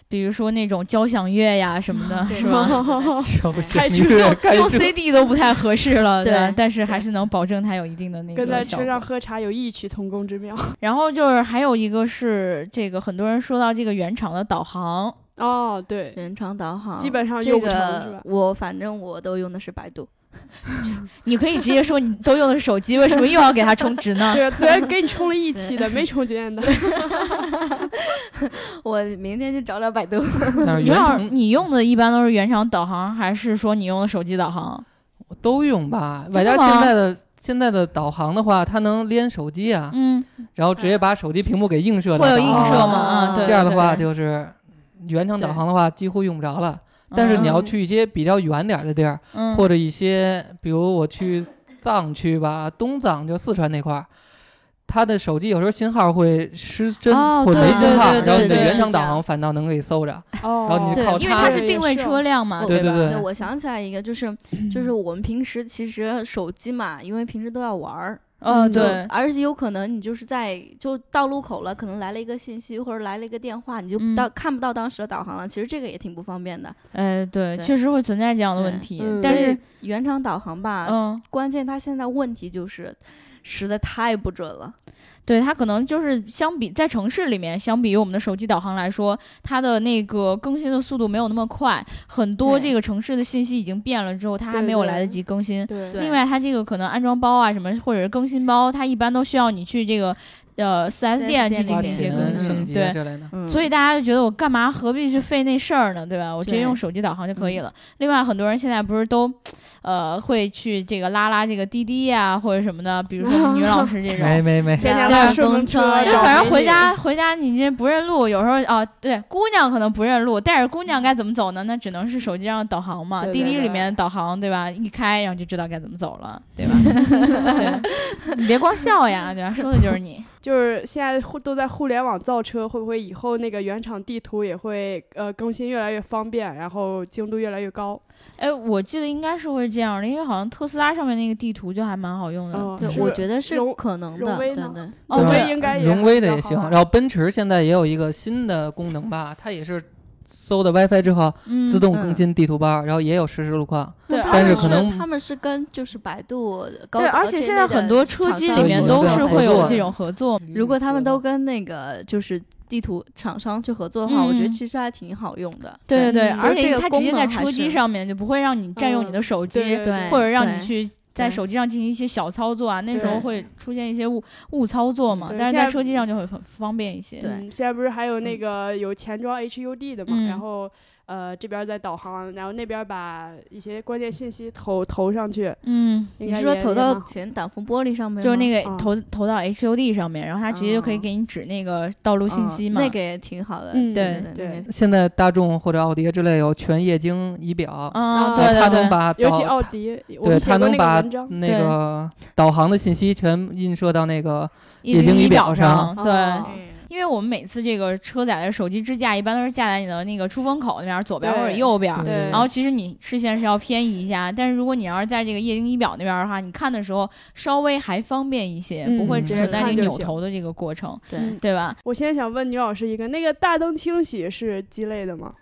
S1: 比如说那种交响乐呀什么
S3: 嗯
S1: 的，
S2: 对
S1: 是吧？
S4: 交响
S3: 开车
S4: 乐开
S1: 用
S4: 车
S1: CD 都不太合适了，
S2: 对
S1: 吧但是还是能保证它有一定的那
S3: 跟在
S1: 个效
S3: 车
S1: 果。
S3: 上喝茶有异曲同工 之妙。
S1: 然后就是还有一个是这个，很多人说到这个原厂的导航，
S3: 哦，对，
S2: 原厂导航
S3: 基本上
S2: 这
S3: 用不成是
S2: 个
S3: 吧？
S2: 我反正我都用的是百度，
S1: 你可以直接说你都用的是手机，为什么又要给它充值呢？
S3: 对，昨天给你充了一期的，没充今天的。
S2: 我明天去找找百度。
S4: 但是
S1: 你
S4: 原
S1: 要
S4: 厂
S1: 你用的一般都是原厂导航，还是说你用的手机导航？
S4: 我都用吧，
S1: 的
S4: 外加
S1: 吗
S4: 现在的现在的导航的话，它能连手机啊，
S1: 嗯，
S4: 然后直接把手机屏幕给映射到
S1: 会有
S4: 导
S1: 映
S4: 航
S1: 射吗？
S2: 哦
S1: 啊，对，
S4: 这样的话
S1: 对
S4: 就是原厂导
S1: 对
S4: 航的话几乎用不着了。但是你要去一些比较远点儿的地儿，
S1: 嗯
S4: 或者一些，比如我去藏区吧，东藏就四川那块儿，它的手机有时候信号会失真、
S1: 哦
S4: 或者
S1: 对
S4: 没信号，
S1: 对对
S4: 然后你的
S1: 对
S4: 原
S2: 是
S4: 厂
S2: 这
S4: 导
S2: 样
S4: 航反倒能给你搜着。
S3: 哦，
S4: 然后你
S2: 对
S4: 靠
S1: 因为它
S4: 它
S1: 是定位车辆嘛，
S4: 对
S1: 吧
S4: 对
S2: 对，我想起来一个，就是就是我们平时其实手机嘛，因为平时都要玩儿，
S1: 哦
S2: 就
S4: 嗯
S1: 对，
S2: 而且有可能你就是在就到路口了，可能来了一个信息或者来了一个电话，你就
S1: 嗯
S2: 到、看不到当时的导航了。其实这个也挺不方便的。
S1: 哎对，
S2: 对
S1: 确实会存在这样的问题
S3: 嗯，
S1: 但
S2: 所以
S1: 是
S2: 原厂导航吧，
S1: 嗯，
S2: 关键它现在问题就是实在太不准了。
S1: 对它可能就是相比在城市里面，相比于我们的手机导航来说，它的那个更新的速度没有那么快，很多
S2: 对
S1: 这个城市的信息已经变了之后，它还
S3: 对
S1: 没有
S3: 对
S1: 来得及更新。
S3: 对
S2: 对
S1: 另外，它这个可能安装包啊什么，或者是更新包，它一般都需要你去这个呃 4S 店去进
S2: 花
S1: 行一些
S2: 钱
S1: 更
S4: 升
S1: 新，
S4: 级
S1: 对。
S4: 啊之类的。
S2: 嗯，
S1: 所以大家就觉得我干嘛何必去费那事儿呢，对吧？我直接
S2: 对
S1: 用手机导航就可以了。另外，很多人现在不是都，呃，会去这个拉拉这个滴滴呀、或者什么的，比如说女老师这 种，
S4: 没没没，
S3: 天天
S2: 对
S3: 拉
S2: 啊
S3: 顺风
S2: 公车
S3: 车，
S2: 呀
S1: 就
S3: 找
S1: 反正
S3: 美
S1: 回
S3: 女
S1: 家回家你这不认路，有时候哦对，姑娘可能不认路，带着姑娘该怎么走呢？那只能是手机上的导航嘛，
S3: 对
S1: 滴
S3: 对
S1: 滴
S3: 对
S1: 里面的导航对吧？一开然后就知道该怎么走了，对 吧？对，你别光笑呀， 对吧？说的就是你。
S3: 就是现在互都在互联网造车，会不会以后那个原厂地图也会呃更新越来越方便，然后精度越来越高？
S1: 哎，我记得应该是会这样的，因为好像特斯拉上面那个地图就还蛮好用的。
S4: 哦
S3: 嗯，
S2: 对
S3: 是
S2: 我
S3: 不是
S2: 觉得是
S3: 荣
S2: 可能
S3: 荣
S2: 的，
S3: 威
S2: 对
S3: 呢
S2: 对。
S1: 哦
S3: 荣威
S1: 对
S3: 应该也
S4: 荣威的也
S3: 比较
S4: 行
S3: 好玩。
S4: 然后奔驰现在也有一个新的功能吧，它也是搜的 WiFi 之后
S1: 嗯，
S4: 自动更
S2: 嗯
S4: 新地图包，然后也有实时路况。
S1: 对，
S2: 他
S1: 而
S4: 但
S2: 们
S4: 是
S2: 是
S4: 可能
S2: 他们是跟就是百度高
S1: 对，
S2: 德
S1: 而且
S2: 这
S1: 现
S2: 类
S1: 在
S2: 的
S1: 很多车机
S2: 厂
S1: 里
S2: 商
S1: 面
S2: 合
S1: 都
S2: 作
S1: 是
S2: 的
S1: 会有这
S4: 对
S1: 种合作。
S3: 嗯
S2: 如果他们都跟那个就是地图厂商去合作的话，我觉得其实还挺好用的。
S1: 对对对，
S2: 嗯
S1: 而
S2: 就是
S1: 且
S2: 这
S1: 它
S2: 个
S1: 直接
S2: 功
S1: 在
S2: 能还
S1: 车机
S2: 是嗯
S1: 上面就不会让你占用你的手机，
S3: 对对
S1: 或者让你
S2: 对
S1: 去在手机上进行一些小操作啊，那时候
S2: 对
S1: 会出现一些误误操作嘛，
S3: 对
S1: 但是
S3: 现
S1: 在
S3: 在
S1: 车机上就会很方便一些。
S2: 对
S3: 嗯，现在不是还有那个有前装 HUD 的嘛？
S1: 嗯
S3: 然后呃这边在导航，然后那边把一些关键信息投投上去。
S1: 嗯，
S3: 应
S2: 你
S3: 该
S2: 是说
S3: 也
S2: 投
S3: 也
S2: 到
S3: 蛮好
S2: 前挡风玻璃上面吗？
S1: 就是那个
S3: 嗯
S1: 投投到 HUD 上面，然后它直接就可以
S2: 哦
S1: 给你指那个道路信
S2: 嗯
S1: 息嘛。
S2: 那个也挺好的。
S3: 嗯
S2: 对
S3: 对
S2: 对，
S4: 现在大众或者奥迪之类有全液晶仪表，
S1: 啊，
S2: 哦
S3: 啊
S1: 对
S4: 它
S1: 对
S4: 能
S1: 对，
S4: 把
S3: 尤其
S4: 导
S3: 奥迪，我
S4: 对，
S3: 们写
S4: 它
S3: 过
S4: 能
S3: 那个
S4: 把
S3: 文章。
S4: 那
S1: 对
S4: 个导航的信息全映射到那个，液晶仪
S1: 仪
S4: 表
S1: 上，
S3: 上
S1: 嗯对。
S3: 哦
S1: 因为我们每次这个车载的手机支架一般都是架在你的那个出风口那边，左边或者
S3: 对
S1: 右边，
S3: 对
S1: 啊然后其实你视线是要偏移一下，但是如果你要是在这个液晶仪表那边的话，你看的时候稍微还方便一些，
S3: 嗯
S1: 不会只
S3: 直接
S1: 存在
S3: 看
S1: 你
S3: 就
S1: 扭
S3: 行
S1: 头的这个过程，
S2: 对，
S1: 对吧？
S3: 嗯我现在想问女老师一个，那个大灯清洗是鸡肋的吗？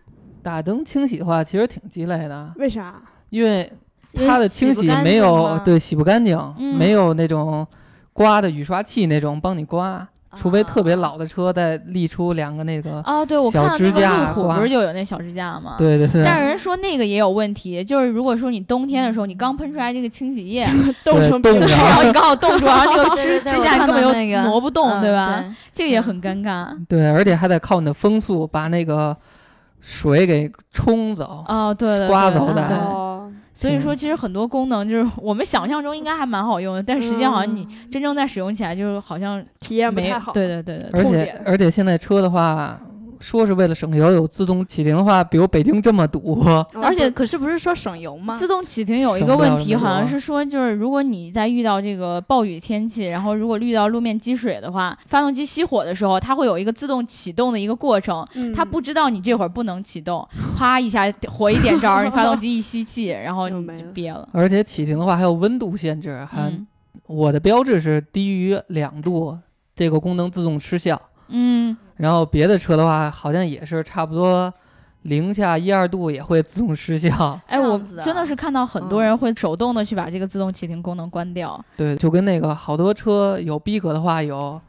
S4: 打灯清洗的话，其实挺鸡肋的，
S3: 为啥？
S4: 因为
S2: 因为
S4: 它的
S2: 洗
S4: 清
S2: 不
S4: 洗
S2: 干
S4: 没
S2: 净
S4: 有
S2: 嘛
S4: 对洗不干净，
S1: 嗯
S4: 没有那种刮的雨刷器那种帮你刮，除非特别老的车再立出两个那个，
S1: 哦，对，我
S4: 小
S1: 看到
S4: 支
S1: 那个
S4: 架
S1: 路虎
S4: 哇
S1: 不是就有那小支架吗？。
S4: 对对对，
S1: 但是人说那个也有问题，就是如果说你冬天的时候，你刚喷出来这个清洗 液，
S3: 冻
S4: 对
S3: 成
S4: 冻
S3: 冰
S4: 着
S3: 了
S1: 然后你刚好冻住，然后那 个
S2: 对对
S1: 支
S2: 对
S1: 支
S2: 我
S1: 架
S2: 看
S1: 根本
S2: 到
S1: 又
S2: 那个
S1: 挪不动，
S2: 嗯
S1: 对吧？
S2: 对
S1: 这个也很尴尬。
S4: 对，而且还得靠你的风速把那个水给冲走。
S1: 哦，对对，
S4: 刮
S1: 对
S4: 走的
S1: 对
S3: 哦，
S1: 所以
S4: 挺
S1: 说，其实很多功能就是我们想象中应该还蛮好用的，但是实际上好像你真正在使用起来，就是好像
S3: 体验不
S1: 没
S3: 太好。哦
S1: 对对对对，
S4: 而
S3: 痛
S4: 且
S3: 点
S4: 而且现在车的话，说是为了省油有自动启停的话，比如北京这么堵，
S3: 嗯，
S2: 而且可是不是说省油吗？
S1: 自动启停有一
S4: 省
S1: 个
S4: 不
S1: 问
S4: 了
S1: 题，
S4: 那么
S1: 好像
S4: 多
S1: 是说，就是如果你在遇到这个暴雨天气，然后如果遇到路面积水的话，发动机熄火的时候，它会有一个自动启动的一个过程。
S3: 嗯
S1: 它不知道你这会儿不能启动，啪一下火一点着，你发动机一吸气，然后
S3: 就
S1: 你
S3: 没
S1: 就
S3: 了
S1: 憋了。
S4: 而且启停的话还有温度限制，还、
S1: 嗯
S4: 我的标志是低于两度，这个功能自动失效。
S1: 嗯，
S4: 然后别的车的话，好像也是差不多零下一二度也会自动失效。
S1: 哎，
S2: 这样
S1: 我
S2: 子
S1: 真的
S2: 啊
S1: 是看到很多人会手动的去把这个自动启停功能关掉。
S4: 对，就跟那个好多车有逼格的话有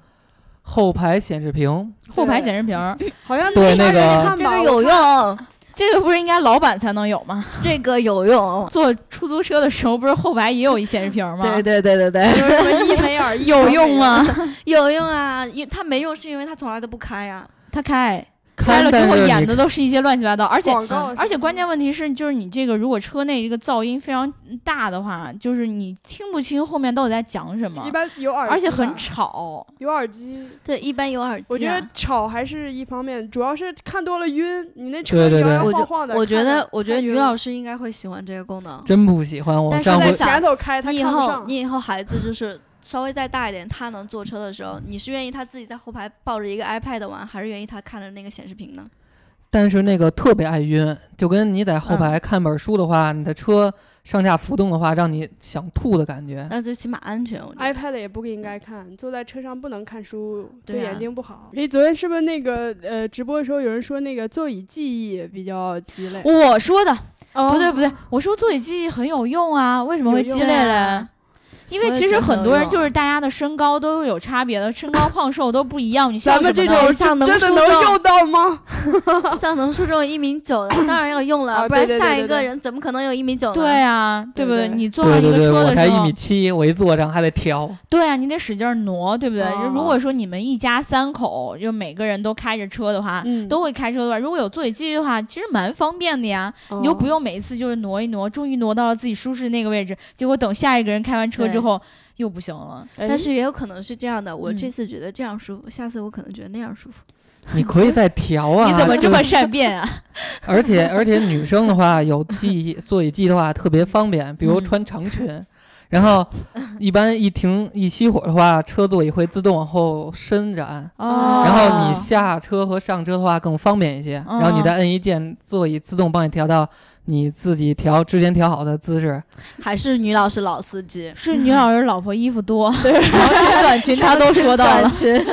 S4: 后排显示屏，
S1: 后排
S3: 对
S1: 显示屏儿，
S3: 好像
S4: 对那
S3: 个
S4: 个
S3: 看
S5: 这
S3: 吧
S5: 个
S3: 我
S5: 有用，
S1: 这个不是应该老板才能有吗？
S5: 这个有 用。
S1: 坐出租车的时候，不是后排也有一显示屏儿吗？
S5: 对对对对对，
S3: 就是什么一没 耳一
S1: 有用吗？
S2: 有用啊，因他没用是因为他从来都不开啊呀、
S1: 他开开
S4: 看
S1: 了之
S4: 但
S1: 后
S4: 是
S1: 演
S4: 你
S1: 的都是一些乱七八糟，而且
S3: 广告，
S1: 而且关键问题是，就是你这个如果车内这个噪音非常大的话，就是你听不清后面到底在讲什么
S3: 一，般有耳机吧，
S1: 而且很吵。
S3: 有耳机。
S2: 对，一般有耳机、啊。
S3: 我觉得吵还是一方面，主要是看多了晕，你那车
S4: 对
S3: 摇
S4: 对对
S3: 摇
S2: 我
S3: 晃
S2: 觉
S3: 晃的。
S2: 我觉得，我觉得于老
S3: 师
S2: 师应该会喜欢这个功能。
S4: 真不喜欢我
S2: 但是
S4: 上
S2: 在
S4: 回
S3: 在
S2: 我想
S3: 前头开，他
S2: 你以
S3: 看不
S2: 后，
S3: 上。
S2: 你以后孩子就是稍微再大一点，他能坐车的时候，你是愿意他自己在后排抱着一个 iPad 玩，还是愿意他看着那个显示屏呢？
S4: 但是那个特别爱晕，就跟你在
S1: 嗯
S4: 后排看本书的话，你的车上下浮动的话，让你想吐的感
S1: 嗯
S4: 觉。
S2: 那最起码安全，我觉得。
S3: iPad 也不应该看，坐在车上不能看书，
S2: 对
S3: 对
S2: 啊
S3: 眼睛不好。诶，昨天是不是那个呃直播的时候有人说那个座椅记忆比较鸡肋？
S1: 我说的
S3: 哦
S1: 不对不对，我说座椅记忆很有用啊，为什么会鸡
S3: 有
S1: 肋
S3: 用
S1: 嘞？因为
S2: 我也
S1: 其
S2: 觉
S1: 实
S2: 得
S1: 很
S2: 有
S1: 多人
S2: 用
S1: 就是大家的身高都有差别的，身高胖瘦都不一样。你像
S3: 咱们
S1: 什
S3: 这
S1: 么
S3: 种
S1: 呢
S3: 就
S2: 像能
S3: 真的
S2: 说
S3: 能
S2: 到
S3: 用到吗？
S2: 像能说这种一米九的，当然要用了，
S3: 啊
S2: 不然
S3: 对对对
S2: 下
S3: 对
S2: 一
S3: 对
S2: 个人怎么可能有一米九呢？
S1: 对啊，对不
S3: 对
S1: 对？
S3: 对
S1: 你坐上
S4: 对
S1: 一
S4: 对
S1: 个
S4: 对，
S1: 车
S4: 我
S1: 的
S4: 才
S1: 时
S4: 一
S1: 候
S4: 米，七，我一坐上还得调。
S1: 对啊，你得使劲儿挪，对不对？就如
S2: 哦
S1: 果说你们一家三口，就每个人都开着车的话，
S3: 嗯
S1: 都会开车的话，如果有座椅记忆的话，其实蛮方便的呀。你就不用每一次就是挪一挪，终于挪到了自己舒适的那个位置，结果等下一个人开完车之
S2: 对
S1: 后又不行了。
S3: 哎。
S2: 但是也有可能是这样的，我
S1: 嗯
S2: 这次觉得这样舒服，下次我可能觉得那样舒服。
S4: 你可以再调 啊！
S1: 你怎么这么
S4: 就
S1: 善变啊？
S4: 而且 而且女生的话有记忆座椅记的话特别方便，比如
S1: 嗯
S4: 穿长裙，然后一般一停一熄火的话，车座椅会自动往后伸展，
S1: 哦
S4: 然后你下车和上车的话更方便一些，然后你再摁一键，座椅自动帮你调到你自己调之前调好的姿势。
S2: 还是女老师老司 机，
S1: 是女老师老婆衣服多，然后穿短裙，她都说到了。
S2: 裙，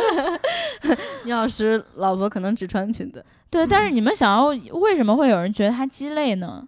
S2: 女老师老婆可能只穿裙子，
S1: 对，但是你们想要为什么会有人觉得它鸡肋呢？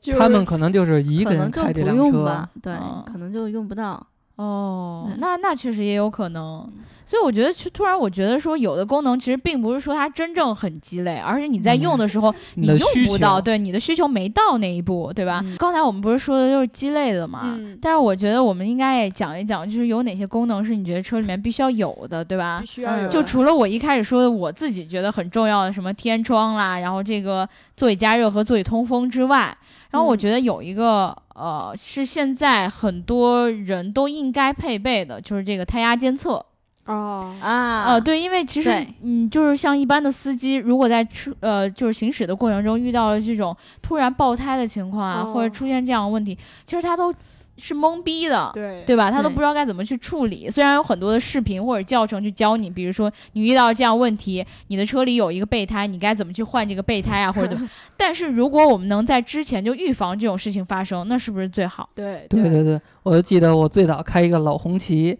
S3: 就是
S4: 他们可能就是一
S2: 可
S4: 个人
S2: 能就
S4: 开
S2: 不
S4: 这辆
S2: 用
S4: 车
S2: 吧，，对
S1: 嗯，
S2: 可能就用不到。
S1: 哦
S2: 对，
S1: 那那确实也有可能。所以我觉得，其突然我觉得说，有的功能其实并不是说它真正很鸡肋，而是你在用的时候，
S4: 嗯你的
S1: 用
S4: 需
S1: 不到，
S4: 求。
S1: 对你的需求没到那一步，对吧？
S2: 嗯
S1: 刚才我们不是说的就是鸡肋的嘛，
S3: 嗯
S1: 但是我觉得我们应该也讲一讲，就是有哪些功能是你觉得车里面必须要有的，对吧
S3: 必？须要
S2: 嗯
S3: 有
S1: 就
S3: 的
S1: 除了我一开始说的我自己觉得很重要的什么天窗啦，然后这个座椅加热和座椅通风之外，然后我
S3: 嗯
S1: 觉得有一个、呃是现在很多人都应该配备的，就是这个胎压监测。
S3: 啊，
S2: 啊
S1: 啊、对，因为其实
S2: 对
S1: 嗯，就是像一般的司机，如果在车呃就是行驶的过程中遇到了这种突然爆胎的情况啊，或者
S3: 哦
S1: 出现这样的问题，其实他都是懵逼的。
S3: 对
S1: 对吧？他都
S2: 对
S1: 不知道该怎么去处理。虽然有很多的视频或者教程去教你，比如说你遇到这样问题，你的车里有一个备胎，你该怎么去换这个备胎啊，或者 怎么。但是如果我们能在之前就预防这种事情发生，那是不是最好？
S3: 对
S4: 对对对，我就记得我最早开一个老红旗，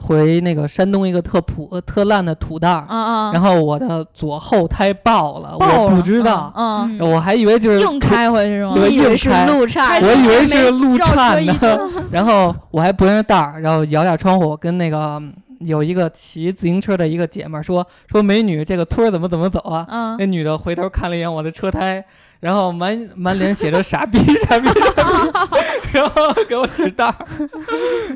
S4: 回那个山东一个特普特烂的土档儿，
S1: 啊啊，
S4: 然后我的左后胎爆了，
S1: 爆
S4: 我
S1: 了
S4: 不知道，
S1: 嗯，
S2: 嗯
S4: 我还以为就是
S1: 硬开回去是吗？
S4: 对
S2: 你以为是
S4: 硬开
S2: 路差
S3: 开，
S4: 我以为是
S3: 没
S4: 路
S3: 绕车
S4: 颤
S3: 一
S4: 呢， 然后我还不认识道儿，然后摇下窗户跟那个嗯有一个骑自行车的一个姐们儿说说美女这个村儿怎么怎么走啊？
S1: 嗯，
S4: 那女的回头看了一眼我的车胎，然后满满脸写着傻逼 傻逼傻逼，然后给我指道儿，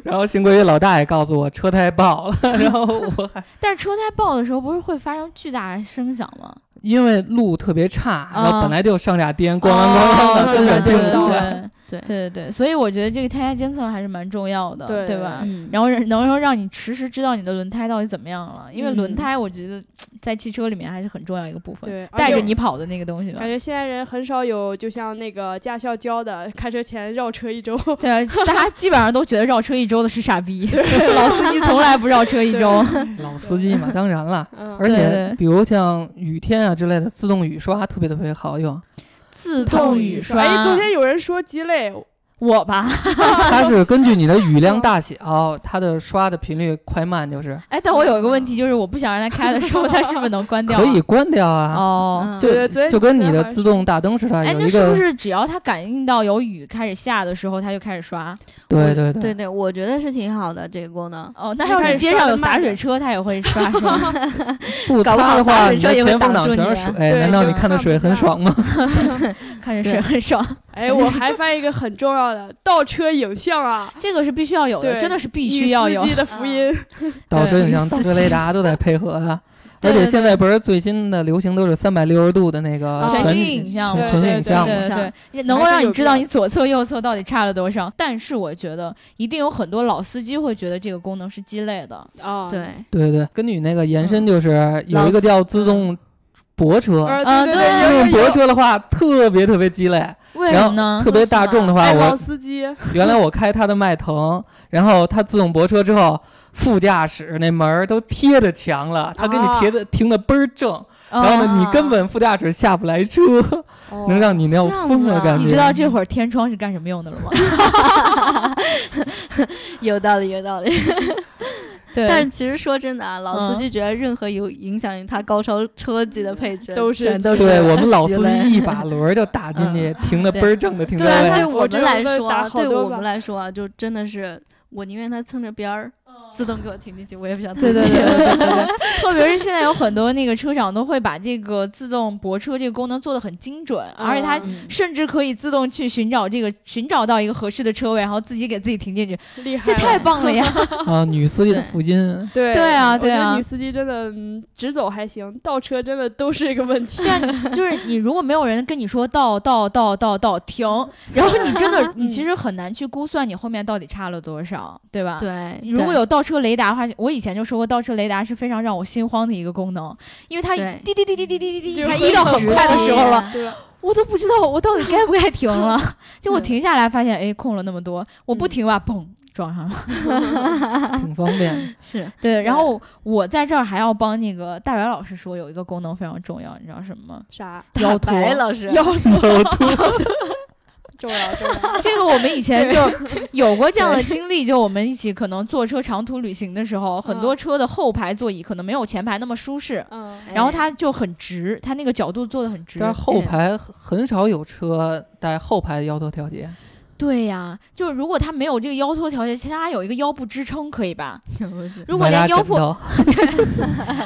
S4: 然后幸亏有老大爷告诉我车胎爆了，然后我 还
S1: 但是车胎爆的时候不是会发生巨大的声响吗？
S4: 因为路特别差，然后
S1: 啊
S4: 本来就上下颠，咣咣
S1: 哦
S4: 咣咣的，根
S1: 对
S4: 本
S1: 对
S4: 进
S1: 对
S4: 不
S1: 对
S4: 去。
S1: 对
S5: 对
S1: 对对，所以我觉得这个胎压监测还是蛮重要的，
S3: 对
S1: 吧？
S5: 嗯
S1: 然后让能够让你实时知道你的轮胎到底怎么样了，因为轮
S5: 嗯
S1: 胎我觉得在汽车里面还是很重要一个部分，
S3: 对，而
S1: 带
S3: 且
S1: 着你跑的那个东西吧
S3: 感。觉现在人很少有，就像那个驾校教的，开车前绕车 一周。
S1: 对啊，大家基本上都觉得绕车一周的是傻逼， 老司机从来不绕车一周。
S4: 老司机嘛，当然了。
S3: 嗯，
S4: 而
S1: 对
S4: 且
S1: 对，
S4: 比如像雨天啊之类的，自动雨刷特别特别好用。
S1: 自动雨刷，
S3: 哎，昨天有人说鸡肋，
S1: 我吧，
S4: 它是根据你的雨量大小，它的刷的频率快慢就是
S1: 哎，但我有一个问题，就是我不想让它开的时候，它是不是能关掉啊？
S4: 可以关掉啊。
S1: 哦。
S4: 就
S3: 对对对
S4: 就跟你的
S3: 好像
S4: 自动大灯似的，
S1: 哎，
S4: 啊有
S1: 那
S4: 一
S1: 是不
S4: 个
S1: 是只要它感应到有雨开始下的时候，它就开始刷？
S4: 对
S2: 对
S4: 对
S2: 对，我觉得是挺好的这个功能。
S1: 哦，那
S3: 它
S1: 要
S3: 开
S1: 是
S3: 始
S1: 街
S3: 刷
S1: 上
S3: 得
S1: 有
S3: 慢
S1: 洒水
S3: 点
S1: 车，它也 会刷是吗？
S4: 不
S5: 搞不
S4: 擦
S5: 好
S4: 的
S5: 洒
S4: 话，
S5: 水
S4: 你
S5: 车
S4: 的
S5: 也会
S4: 前
S5: 挡
S4: 风挡
S5: 住
S4: 全
S5: 你
S4: 是
S5: 啊
S4: 水，哎
S3: 对
S4: 难道
S3: 就
S4: 你看的
S3: 看
S4: 水
S3: 不
S4: 很
S3: 到
S4: 爽吗？
S1: 看着水很爽，
S3: 哎，我还发现一个很重要的倒车影像啊，
S1: 这个是必须要有的，
S3: 对
S1: 真的是必
S3: 必
S1: 须要有
S3: 司。机的福音。
S4: 倒
S1: 对
S4: 车影像、倒车雷达都在配合啊。而
S1: 对对
S4: 且
S1: 对哦
S4: 现在不是最新的流行都是三百六十度的那个
S3: 啊
S1: 全
S4: 全
S1: 息影像
S4: 全
S3: 嘛
S4: 全
S3: 对
S4: 息
S3: 对
S4: 影像
S1: 对
S4: 嘛，
S1: 对
S5: 像
S1: 对，也能够
S3: 还是
S1: 让你
S3: 有
S1: 知道
S3: 必要
S1: 你左侧右侧到底差了多少。但是我觉得一定有很多老司机会觉得这个功能是鸡肋的。
S3: 啊，
S2: 对，
S4: 对对，根据那个延伸就是有一个叫自动泊车，
S3: 呃，
S1: 啊
S3: 对
S1: 对
S4: 自
S3: 对
S4: 动
S3: 有
S4: 泊
S3: 有
S4: 车的话特别特别鸡肋，
S1: 为
S4: 然
S1: 什
S4: 后
S1: 么呢？
S4: 特别大众的话，
S3: 哎，老
S4: 我
S3: 司机，
S4: 原来我开它的迈腾，然后它自动泊车之后，副驾驶那门儿都贴着墙了，它给你贴的停的倍儿正，
S1: 嗯
S4: 然后呢，
S2: 啊哦
S4: 你根本副驾驶下不来车，能让你那
S2: 这
S4: 样
S2: 样
S4: 疯了
S2: 子啊
S4: 感觉。
S1: 你知道这会儿天窗是干什么用的了 吗？
S5: 有道理，有道理。
S1: 对
S2: 但是其实说真的啊，老司
S1: 嗯
S2: 机觉得任何有影响于他高超车技的配置，
S3: 都是
S2: 全都是
S4: 对我们老司
S2: 鸡肋
S4: 机一把轮儿就打进去，停的倍儿正的停
S2: 对
S4: 车
S2: 啊，对。
S4: 位
S3: 我这
S2: 们来
S3: 种都
S2: 说
S3: 打
S2: 啊，
S3: 好
S2: 对
S3: 多
S2: 我
S3: 吧
S2: 们来说啊，就真的是，我宁愿他蹭着边儿， 自动给我停进去，我也不想自
S1: 对
S2: 己
S1: 对
S2: 停。
S1: 对对对对对，特别是现在有很多那个车厂都会把这个自动泊车这个功能做得很精准，而且它
S3: 嗯
S2: 嗯
S1: 甚至可以自动去寻找这个寻找到一个合适的车位，然后自己给自己停进去，
S3: 厉害
S1: 这
S3: 了，
S1: 太棒了呀！
S4: 啊，女司机的
S2: 对
S4: 福音，
S3: 对
S1: 对啊
S3: 我觉
S1: 对
S3: 得
S1: 啊
S3: 女司机真的嗯直走还行，倒车真的都是一个问题。
S1: 就是你如果没有人跟你说到到到到到停，然后你真的你其实很难去估算你后面到底差了多少，对吧？。
S2: 对，
S1: 如果
S2: 对
S1: 有倒车雷达的话，我以前就说过，倒车雷达是非常让我心慌的一个功能，因为它
S2: 对
S1: 滴滴滴滴滴滴滴滴，
S3: 就
S1: 它
S3: 会
S1: 一到很
S3: 很
S1: 快的时候了，
S3: 对吧？啊
S1: 我都不知道我到底该不该停了。结果停下来发现，哎，空了那么多，我不停吧，嘣撞上了。
S4: 挺方便。
S2: 是
S1: 对，然后我在这儿还要帮那个大白老师说，有一个功能非常重要，你知道什么吗？
S3: 啥？
S1: 腰
S2: 大
S1: 托。
S2: 白老师，
S3: 腰突，重要重要。
S1: 这个我们以前 就有过这样的经历，就我们一起可能坐车长途旅行的时候，很多车的后排座椅可能没有前排那么舒适，
S3: 嗯，
S2: 哎
S1: 然后它就很直，它那个角度做的很直。
S4: 但是后排很很少有车带后排的腰托调节，
S1: 对呀，就是如果它没有这个腰托调节，其实它有一个腰部支撑可以吧？如果
S4: 买俩
S1: 连腰
S4: 枕
S1: 部，
S4: 头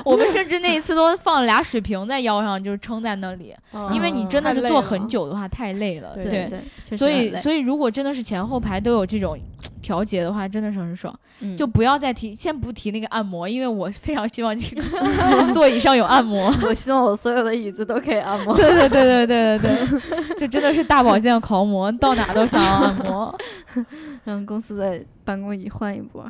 S1: 我们甚至那一次都放了俩水瓶在腰上，就是撑在那里，
S3: 嗯
S1: 因为你真的是
S3: 太累
S1: 坐
S3: 了
S1: 很久的话太累了。
S3: 对
S1: 对
S2: 对，对，
S1: 所以所以如果真的是前后排都有这种调节的话，真的是很爽。
S2: 以
S1: 就不要再提，先不提那个按摩，因为我非常希望这个座椅上有按 摩。
S5: 我希望我所有的椅子都可以按摩。
S1: 对对对对对对对，就真的是大保健的狂魔，到哪都想要按摩。
S2: 让公司的办公椅换一波。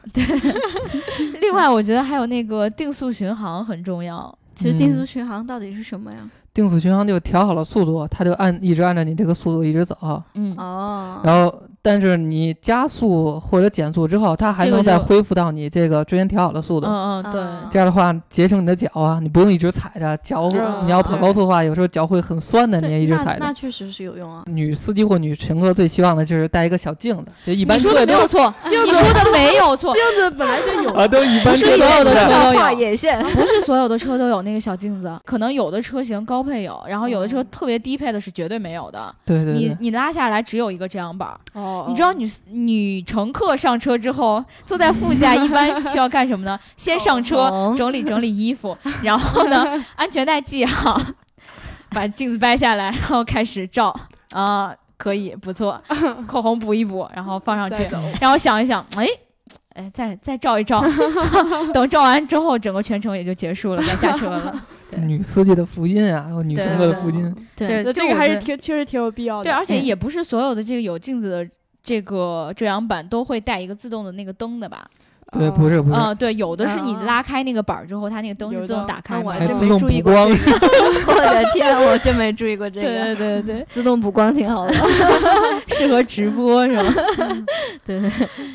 S1: 另外，我觉得还有那个定速巡航很重要。
S2: 其实定
S4: 嗯
S2: 速巡航到底是什么呀？
S4: 定速巡航就调好了速度，它就按一直按照你这个速度一直走。
S1: 嗯
S2: 哦，
S4: 然后但是你加速或者减速之后，它还
S1: 这个
S4: 能再
S1: 就
S4: 恢复到你这个之前调好的速度。
S1: 嗯嗯，对，
S2: 啊
S4: 这样的话，节省你的脚啊，你不用一直踩着脚。
S3: 嗯
S1: 啊
S4: 你要跑高速的话，有时候脚会很酸的，你也
S2: 对
S4: 一直
S2: 那
S4: 踩着
S2: 那。确实是有用啊。
S4: 女司机或女乘客最希望的就是带一个小镜子，就一般
S1: 你说
S4: 车
S1: 的
S4: 也
S1: 没
S4: 都
S1: 有 错，
S3: 镜
S1: 你
S3: 子
S1: 说的没有错，
S3: 镜子本来就 有，
S4: 啊，都一般
S1: 不
S4: 车
S1: 是所有的车都有
S5: 画眼线，
S1: 不是所有的车都有那个小镜子，可能有的车型高配有，然后有的车特别低配的是绝对没有的。
S4: 对对
S1: 你
S4: 对，
S1: 你拉下来只有一个遮阳板儿，
S3: 哦
S1: 你知道女女乘客上车之后坐在副驾一般需要干什么呢？先上车
S5: 哦
S1: 整理整理衣服，然后呢安全带系好，把镜子掰下来，然后开始照啊、可以不错，口红补一补，然后放上去
S3: 再，走
S1: 然后想一想，哎。哎，再再照一照，等照完之后，整个全程也就结束了，该下车了。对
S4: 女司机的福音啊，女
S1: 对
S4: 乘客的
S3: 对
S4: 福音，
S1: 对
S3: 那
S1: 这
S3: 这个
S1: 我
S3: 还
S1: 觉
S3: 是
S1: 得
S3: 挺确实挺有必要的。
S1: 对，而且
S4: 嗯
S1: 也不是所有的这个有镜子的这个遮阳板都会带一个自动的那个灯的吧？
S4: 对，不是不是，
S1: 嗯，对，有的是你
S2: 啊
S1: 拉开那个板儿之后，它那个灯是
S3: 有
S1: 自动
S3: 的
S1: 打开
S2: 那我
S1: 的。
S2: 还
S4: 还
S2: 真
S4: 自
S2: 没
S4: 动
S2: 注意
S4: 补
S2: 过
S4: 光
S2: 这。个。
S5: 我 的天，我真没注意过这个，
S1: 对对 对
S5: 自动补光挺好的。
S1: 对，适合直播是吧？
S5: 对，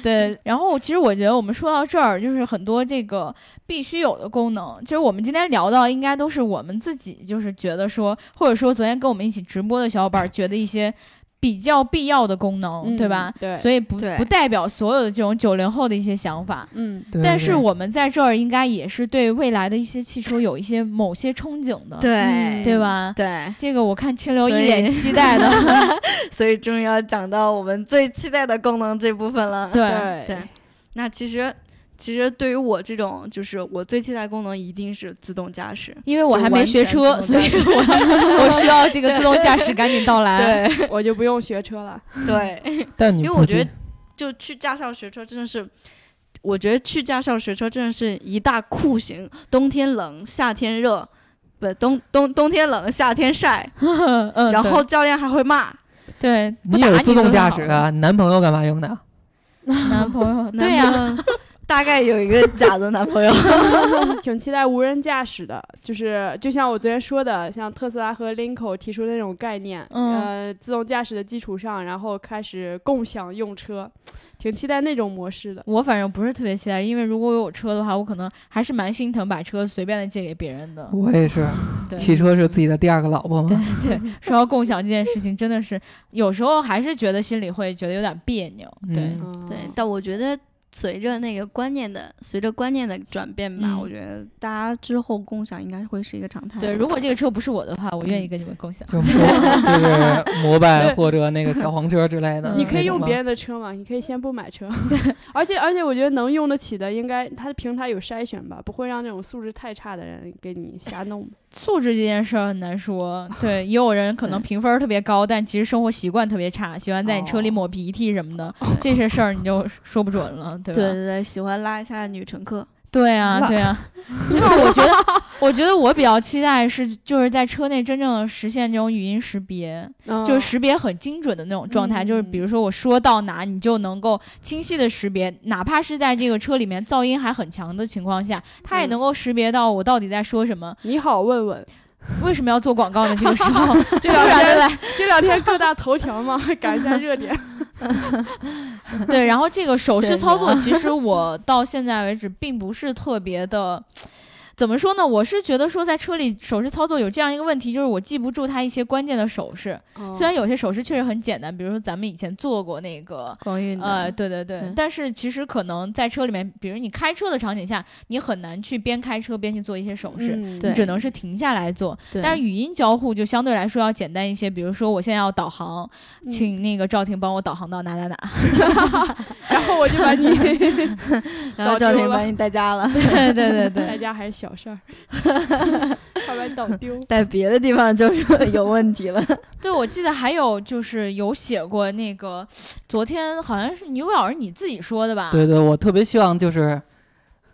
S1: 对。然后其实我觉得我们说到这儿，就是很多这个必须有的功能，就是我们今天聊到，应该都是我们自己就是觉得说，或者说昨天跟我们一起直播的小伙伴儿觉得一些比较必要的功能，
S3: 嗯
S1: 对吧？
S3: 对，
S1: 所以不
S2: 对
S1: 不代表所有的这种九零后的一些想法，
S3: 嗯，
S4: 对
S1: 但
S4: 对
S1: 是我们在这儿应该也是对未来的一些汽车有一些某些憧憬的，
S5: 对
S1: 对吧？
S5: 对，
S1: 这个我看清流一
S5: 所以
S1: 脸期待的，
S5: 所以终于要讲到我们最期待的功能这部分了。
S1: 对
S3: 对
S2: 对那其实其实对于我这种，就是我最期待的功能一定是自动驾驶。
S1: 因为我
S2: 就
S1: 还没
S2: 完
S1: 学
S2: 全
S1: 车，所
S2: 自动
S1: 以
S2: 驾驶
S1: 我我 需要这个自动驾驶赶紧到来。
S5: 对
S3: 我就不用学车了。
S5: 对，
S4: 但你
S2: 因为
S4: 不
S2: 我
S4: 知
S2: 觉得就去驾校学车真的是，我觉得去驾校学车真的是一大酷刑。冬天冷，夏天热，不冬冬冬天冷，夏天 晒，
S1: 嗯嗯
S2: 然后教练还会骂。
S1: 对，对不
S4: 你
S1: 打
S4: 有
S1: 你
S4: 自
S1: 就
S4: 动驾
S1: 好
S4: 驶
S1: 了，
S4: 啊， 男朋友干嘛用的？
S1: 男朋友
S2: 男
S1: 对啊呀，
S2: 朋友，
S5: 大概有一个假的男朋友。
S3: 挺期待无人驾驶的，就是就像我昨天说的，像特斯拉和林口提出的那种概念，
S1: 嗯
S3: 呃，自动驾驶的基础上，然后开始共享用车，挺期待那种模式的。
S1: 我反正不是特别期待，因为如果我有车的话，我可能还是蛮心疼把车随便的借给别人的。
S4: 我也是，
S1: 对，
S4: 汽车是自己的第二个老婆嘛。
S1: 对，说到共享这件事情，真的是有时候还是觉得心里会觉得有点别扭。对，
S4: 嗯
S3: 嗯
S2: 对，但我觉得。随着那个观念的，随着观念的转变吧，
S1: 嗯
S2: 我觉得大家之后共享应该会是一个常态。
S1: 对，如果这个车不是我的话，我愿意跟你们共享。
S4: 就摩就是摩拜
S3: 对
S4: 或者那个小黄车之类的那种吗，
S3: 你可以用别人的车嘛，你可以先不买车， 而且而且我觉得能用得起的，应该它平台有筛选吧，不会让那种素质太差的人给你瞎弄。
S1: 素质这件事儿很难说，对，也有人可能评分儿特别高，但其实生活习惯特别差，喜欢在你车里
S3: 哦
S1: 抹鼻涕什么的，这些事儿你就说不准了，对吧？
S2: 对对对，喜欢拉一下女乘客，
S1: 对啊，
S4: 那
S1: 对啊。那我觉得，我觉得我比较期待是，就是在车内真正实现这种语音识别，
S3: 嗯
S1: 就是识别很精准的那种状态，就是比如说我说到哪，你就能够清晰的识别，哪怕是在这个车里面噪音还很强的情况下，它也
S3: 嗯
S1: 能够识别到我到底在说什么。
S3: 你好，问问，
S1: 为什么要做广告呢？ 这个时候
S3: 这
S1: 突
S2: 啊
S1: 然的
S3: 两天
S1: 来，
S3: 这两天各大头条嘛， 赶一下热点。
S1: 对，然后这个手势
S5: 显
S1: 操作，
S5: 然
S1: 其实我到现在为止并不是特别的。怎么说呢？我是觉得说在车里手势操作有这样一个问题，就是我记不住它一些关键的手势。虽然有些手势确实很简单，比如说咱们以前做过那个
S2: 光晕的。
S1: 呃，对对对，
S2: 对
S1: 但是其实可能在车里面，比如你开车的场景下，你很难去边开车边去做一些手势，
S3: 嗯
S2: 对
S1: 只能是停下来做。
S2: 对
S1: 但是语音交互就相对来说要简单一些，比如说我现在要导航，
S3: 嗯
S1: 请那个赵婷帮我导航到哪哪哪。
S3: 然后我就把你
S5: 然后
S3: 导
S5: 教
S3: 丢
S5: 练
S3: 了
S5: 把你带家 了，
S1: 对对对
S3: 大
S1: 对，
S3: 家还是小事儿，怕把你导丢。
S5: 带别的地方 就是有问题了。
S1: 对我记得还有就是有写过那个，昨天好像是牛老师你自己说的吧？
S4: 对对，我特别希望就是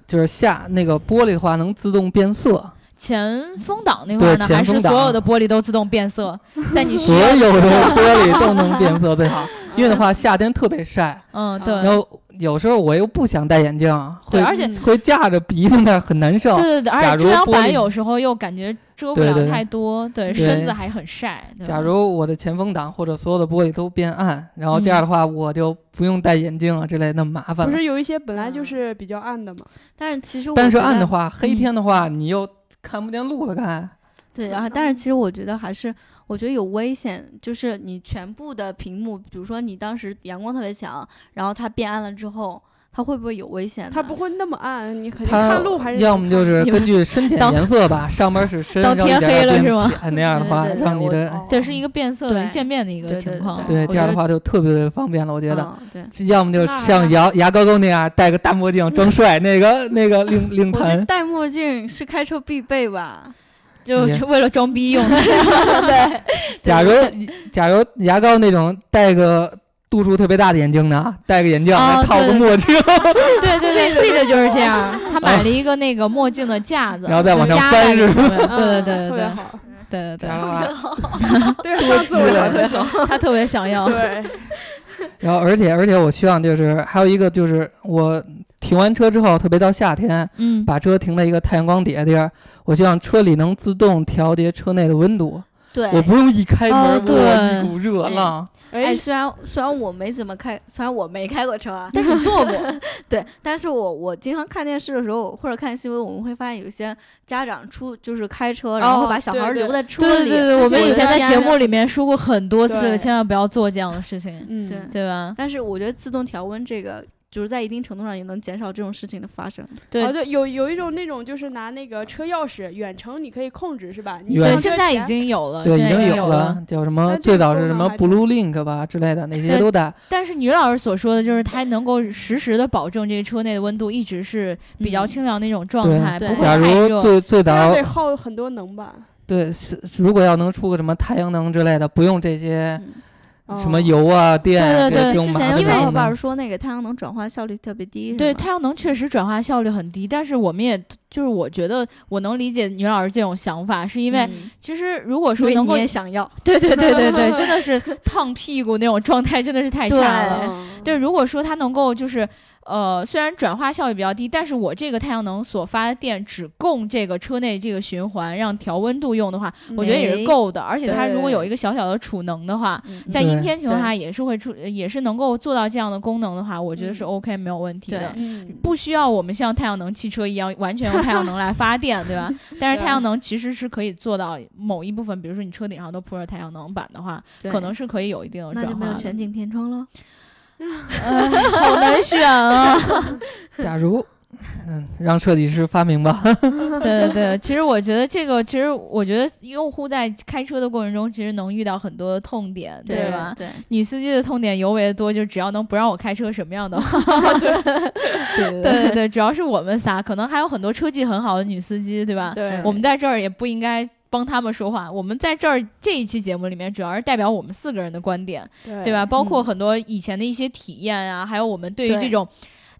S4: 就是下那个玻璃的话能自动变色，
S1: 前风挡那块儿呢，
S4: 对
S1: 还
S4: 前
S1: 是
S4: 风
S1: 所
S4: 挡
S1: 有的玻璃都自动变色，在你需
S4: 所
S1: 要
S4: 有的玻璃都能变色最好。因为的话，夏天特别晒，
S1: 嗯
S3: 啊
S1: 对
S4: 然后有时候我又不想戴眼镜，会
S1: 对，而且
S3: 嗯
S4: 会架着鼻子那儿很难受。
S1: 对对对，
S4: 假
S1: 而且
S4: 如
S1: 遮阳
S4: 玻
S1: 板
S4: 璃
S1: 有时候又感觉遮不
S4: 对
S1: 了
S4: 对
S1: 太多，对
S4: 对
S1: 身子还很晒。对吧
S4: 假如我的前风挡或者所有的玻璃都变暗，然后这样的话我就不用戴眼镜啊之类的麻烦
S3: 不
S4: 了。
S3: 是有一些本来
S2: 啊
S3: 就是比较暗的嘛，
S2: 但是其实我
S4: 但是
S2: 觉
S4: 暗
S2: 得
S4: 的话，黑天的话你又看不见路了，该。
S5: 嗯
S2: 对，然后但是其实我觉得还是，我觉得有危险，就是你全部的屏幕，比如说你当时阳光特别强，然后它变暗了之后，它会不会有危险？
S3: 它不，会那么暗，你肯定
S4: 它
S3: 看路还是
S4: 要
S3: 得看
S4: 么就是
S1: 你
S4: 根据深浅
S1: 到
S4: 颜色吧，上边是深，
S1: 到
S4: 然后
S1: 天
S4: 一点
S1: 黑
S4: 点
S1: 了
S4: 变
S1: 是吗
S4: 浅那样的
S2: 对
S4: 话，
S2: 对对
S4: 让你
S2: 我
S4: 的
S3: 哦
S1: 对是一个变色的
S2: 对
S1: 渐变的一个
S2: 对对
S1: 情
S2: 对
S1: 况。
S2: 对
S4: 对
S2: 我
S4: 这样
S2: 觉
S4: 的
S2: 得
S4: 话就特别的方便了，我觉得。
S2: 嗯、对，
S4: 要么就
S3: 那
S4: 像牙牙膏膏那样戴个大墨镜装帅，那个那个领领
S2: 我觉得
S4: 盘，
S2: 戴墨镜是开车必备吧。
S1: 就是为了装逼用的。
S4: 假如假如牙膏那种戴个度数特别大的眼镜呢，戴个眼镜
S1: 哦
S4: 还套个
S1: 对对
S4: 墨镜，
S1: 对对对，C 的就是这样。他买了一个那个墨镜的架子，
S4: 然后再
S1: 就
S4: 往上
S1: 夹
S4: 翻
S1: 在
S4: 是
S1: 上面
S3: 嗯
S1: 对对对
S3: 特
S1: 对
S3: 别好。
S1: 对对
S4: 然后
S1: 对，
S3: 对，
S4: 啊
S3: 上次我聊的时候，
S1: 他特别想要。
S3: 对，
S4: 然后而且而且我希望就是还有一个就是我停完车之后，特别到夏天，
S1: 嗯，
S4: 把车停在一个太阳光底下地儿，我希望车里能自动调节车内的温度，
S2: 对，
S4: 我不用一开门、
S1: 哦
S4: 我
S1: 对
S4: 一股热浪。
S2: 哎，
S3: 哎，
S2: 虽然虽然我没怎么开，虽然我没开过车啊，
S1: 但是你做 过，
S2: 对，但是我我经常看电视的时候或者看新闻，我们会发现有一些家长出就是开车，然后会把小孩
S3: 对
S2: 儿
S3: 对
S2: 留在车
S1: 哦对
S2: 里。
S1: 对对，
S2: 这
S1: 我
S2: 些
S1: 们以前在
S2: 家
S1: 节
S2: 长
S1: 目里面说过很多次，
S3: 对
S1: 千万不要做这样的事情，
S3: 嗯，
S2: 对
S1: 对吧？
S2: 但是我觉得自动调温这个，就是在一定程度上也能减少这种事情的发生。
S1: 对
S3: 哦，对，有有一种那种就是拿那个车钥匙，远程你可以控制是吧？你
S1: 对，
S4: 对
S3: 上
S4: 远
S3: 车
S1: 现在已
S3: 前
S1: 经有了，
S4: 对，
S1: 现
S4: 已
S1: 在已
S4: 经
S1: 经
S4: 有
S1: 了。
S4: 了，叫什
S3: 那
S4: 么？
S3: 这
S4: 最
S3: 个
S4: 早是
S3: 功
S4: 什
S3: 能
S4: 么
S3: 还挺
S4: Blue Link 吧之类的，那些
S1: 对
S4: 都带。
S1: 但是女老师所说的就是它能够实时的保证这个车内的温度一直是比较
S2: 嗯
S1: 清凉的那种状
S4: 对
S1: 态，不
S2: 对
S1: 会太
S4: 假如
S1: 热。
S4: 最最
S3: 那
S4: 早
S3: 得耗很多能吧？
S4: 对，是如果要能出个什么太阳能之类的，不用这些
S2: 嗯
S4: 什么
S3: 哦
S4: 油啊、电
S1: 对
S4: 啊，
S1: 对
S4: 这
S1: 对
S4: 种
S2: 之
S4: 麻
S2: 前有
S4: 烦
S2: 小伙
S4: 的
S2: 伴
S4: 呢。
S2: 说那个太阳能转化效率特别低，是
S1: 对
S2: 吗
S1: 太阳能确实转化效率很低，但是我们也就是我觉得我能理解女老师这种想法，是因为
S2: 嗯
S1: 其实如果
S2: 因
S1: 说
S2: 为
S1: 能
S2: 你
S1: 够
S2: 也想要，
S1: 对对对对 对，真的是烫屁股那种状态，真的是太差
S3: 哦
S2: 对
S1: 了。对，如果说它能够就是，呃，虽然转化效率比较低，但是我这个太阳能所发的电只供这个车内这个循环让调温度用的话，我觉得也是
S2: 没
S1: 够的。而且它如果有
S2: 对
S1: 一个小小的储能的话，
S2: 嗯
S1: 在
S4: 对
S1: 阴天情况
S2: 对
S1: 下也是会出，也是能够做到这样的功能的话，我觉得是
S3: 嗯
S1: OK 没有问题的。
S2: 对
S3: 嗯，
S1: 不需要我们像太阳能汽车一样完全用太阳能来发电，对 吧？但是
S3: 对
S1: 太阳能其实是可以做到某一部分，比如说你车顶上都铺着太阳能板的话，
S2: 对
S1: 可能是可以有一定的
S2: 那
S1: 转
S2: 就没
S1: 化
S2: 有
S1: 的。
S2: 全景天窗了。
S1: 哎 好难选啊！
S4: 假如，嗯，让设计师发明吧。
S1: 对对对，其实我觉得这个，其实我觉得用户在开车的过程中，其实能遇到很多痛点，
S3: 对
S1: 吧？
S2: 对，
S1: 女司机的痛点尤为的多，就只要能不让我开车，什么样的 对对对对，主要是我们仨，可能还有很多车技很好的女司机，对吧？
S3: 对，
S1: 我们在这儿也不应该帮他们说话。我们在这儿这一期节目里面，主要是代表我们四个人的观点，对
S3: 对
S1: 吧？？包括很多以前的一些体验啊，还有我们对于
S2: 嗯对
S1: 这种。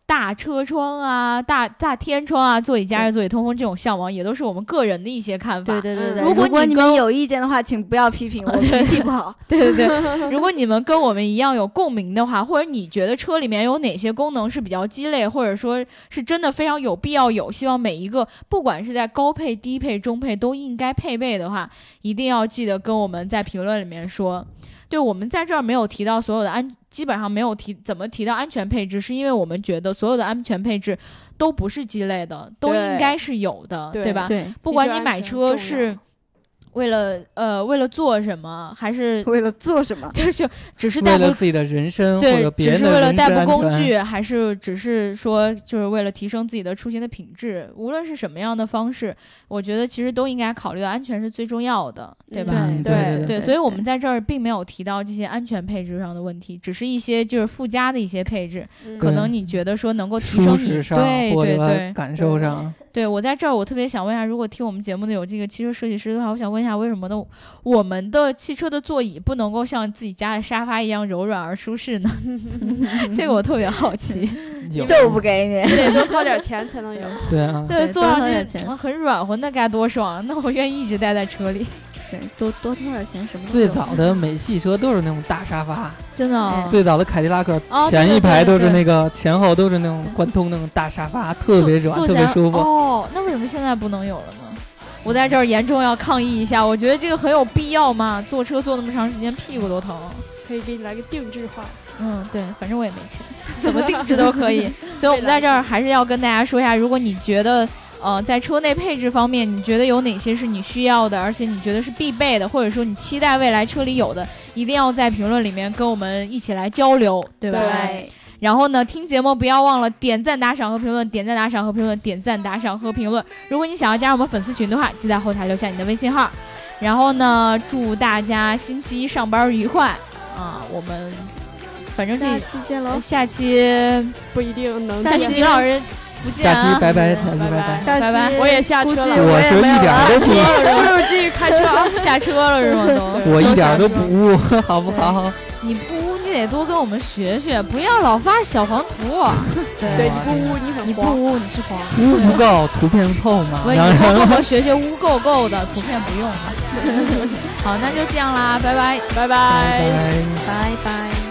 S1: 大车窗啊，大大天窗啊，座椅加热、座椅通风这种向往，也都是我们个人的一些看法。
S2: 对对对对，
S1: 嗯如果你
S5: 你
S1: 跟
S5: 们有意见的话，请不要批 评我，脾气不好。
S1: 对对对如果你们跟我们一样有共鸣的话，或者你觉得车里面有哪些功能是比较鸡肋，或者说是真的非常有必要有，希望每一个不管是在高配、低配、中配都应该配备的话，一定要记得跟我们在评论里面说。对我们在这儿没有提到所有的安，基本上没有提怎么提到安全配置，是因为我们觉得所有的安全配置都不是鸡肋的，都
S3: 对
S1: 应该是有的，
S3: 对
S1: 吧？
S2: 对
S1: 不
S3: 汽
S1: 管
S3: 车
S1: 你
S3: 安
S1: 买
S3: 全
S1: 车
S3: 重
S1: 是
S3: 要
S1: 为了呃为了做什么，还是
S5: 为了做什么？
S1: 就是只是代
S4: 为了
S1: 步。
S4: 自己的人身或
S1: 对
S4: 者，别
S1: 只
S4: 人
S1: 是
S4: 的
S1: 为了
S4: 人身
S1: 代步
S4: 安
S1: 工
S4: 全，
S1: 具，还是只是说就是为了提升自己的出行的品质，无论是什么样的方式，我觉得其实都应该考虑到安全是最重要的，对吧？
S4: 嗯
S3: 对
S4: 对
S1: 对，所以 我们在这儿并没有提到这些安全配置上的问题，只是一些就是附加的一些配置，
S3: 嗯
S1: 可
S4: 对
S1: 能你觉得说能够提
S4: 舒
S1: 升你
S4: 适上
S1: 对
S4: 或
S1: 对
S4: 者
S1: 对
S4: 感受上，
S1: 对，我在这儿我特别想问一下，如果听我们节目的有这个汽车设计师的话，我想问一下，为什么呢？我们的汽车的座椅不能够像自己家的沙发一样柔软而舒适呢？ 这个我特别好奇。
S4: 有
S5: 就不给你。
S3: 你得多掏 点钱才能有。
S4: 对啊，
S1: 对，
S2: 对
S1: 坐
S2: 多
S1: 上
S2: 掏点
S1: 去嗯
S2: 钱
S1: 啊很软和，那该多爽！那我愿意一直待在车里。
S5: 对，
S2: 多多掏点钱什么都
S4: 最
S2: 有
S4: 早的美系车都是那种大沙发，
S1: 真的哦、
S4: 最早的啊凯迪拉克
S1: 哦对
S4: 前一排都
S1: 对
S4: 是
S1: 对
S4: 那个前后都是那种贯通那种大沙发，特别软，
S1: 坐
S4: 特
S1: 起
S4: 别
S1: 来
S4: 舒服。
S1: 哦，那为什么现在不能有了呢？我在这儿严重要抗议一下，我觉得这个很有必要嘛。坐车坐那么长时间，屁股都疼。
S3: 可以给你来个定制化。
S1: 嗯，对，反正我也没钱，怎么定制都可以。所以我们在这儿还是要跟大家说一下，如果你觉得呃在车内配置方面，你觉得有哪些是你需要的，而且你觉得是必备的，或者说你期待未来车里有的，一定要在评论里面跟我们一起来交流，对吧？
S5: 对，
S1: 然后呢，听节目不要忘了点赞、打赏和评论，点赞、打赏和评论，点赞、打赏和评论。如果你想要加入我们粉丝群的话，记在后台留下你的微信号。然后呢，祝大家星期一上班愉快啊！我们反正
S2: 下
S1: 这
S2: 期见喽，
S1: 下期
S3: 不一定能
S1: 下期
S3: 定
S1: 领导人不见
S4: 下
S1: 啊
S4: 期！拜拜，
S1: 嗯
S4: 下期
S3: 拜拜
S4: 拜。
S5: 下
S1: 拜拜
S5: 期
S3: 我也下车
S5: 估
S3: 了
S5: 计
S3: 我
S5: 也
S4: 是
S5: 没有
S4: 一点
S5: 了
S4: 儿都不饿，
S3: 是不是继续开车啊？
S1: 下车了是吗？都。
S4: 我一
S3: 都
S4: 点儿
S3: 下
S4: 都
S3: 车
S4: 不污， 好不好？
S1: 你不污，你得多跟我们学学，不要老发小黄图。
S3: 对，你不污，你很
S1: 你不
S3: 慌。
S1: 污，你是黄。
S4: 污不够，图片凑嘛。
S1: 我以
S4: 然
S1: 后
S4: 后
S1: 跟我学学污垢垢的图片 不用了。好，那就这样啦，拜拜，拜拜
S4: 拜拜。
S5: 拜拜。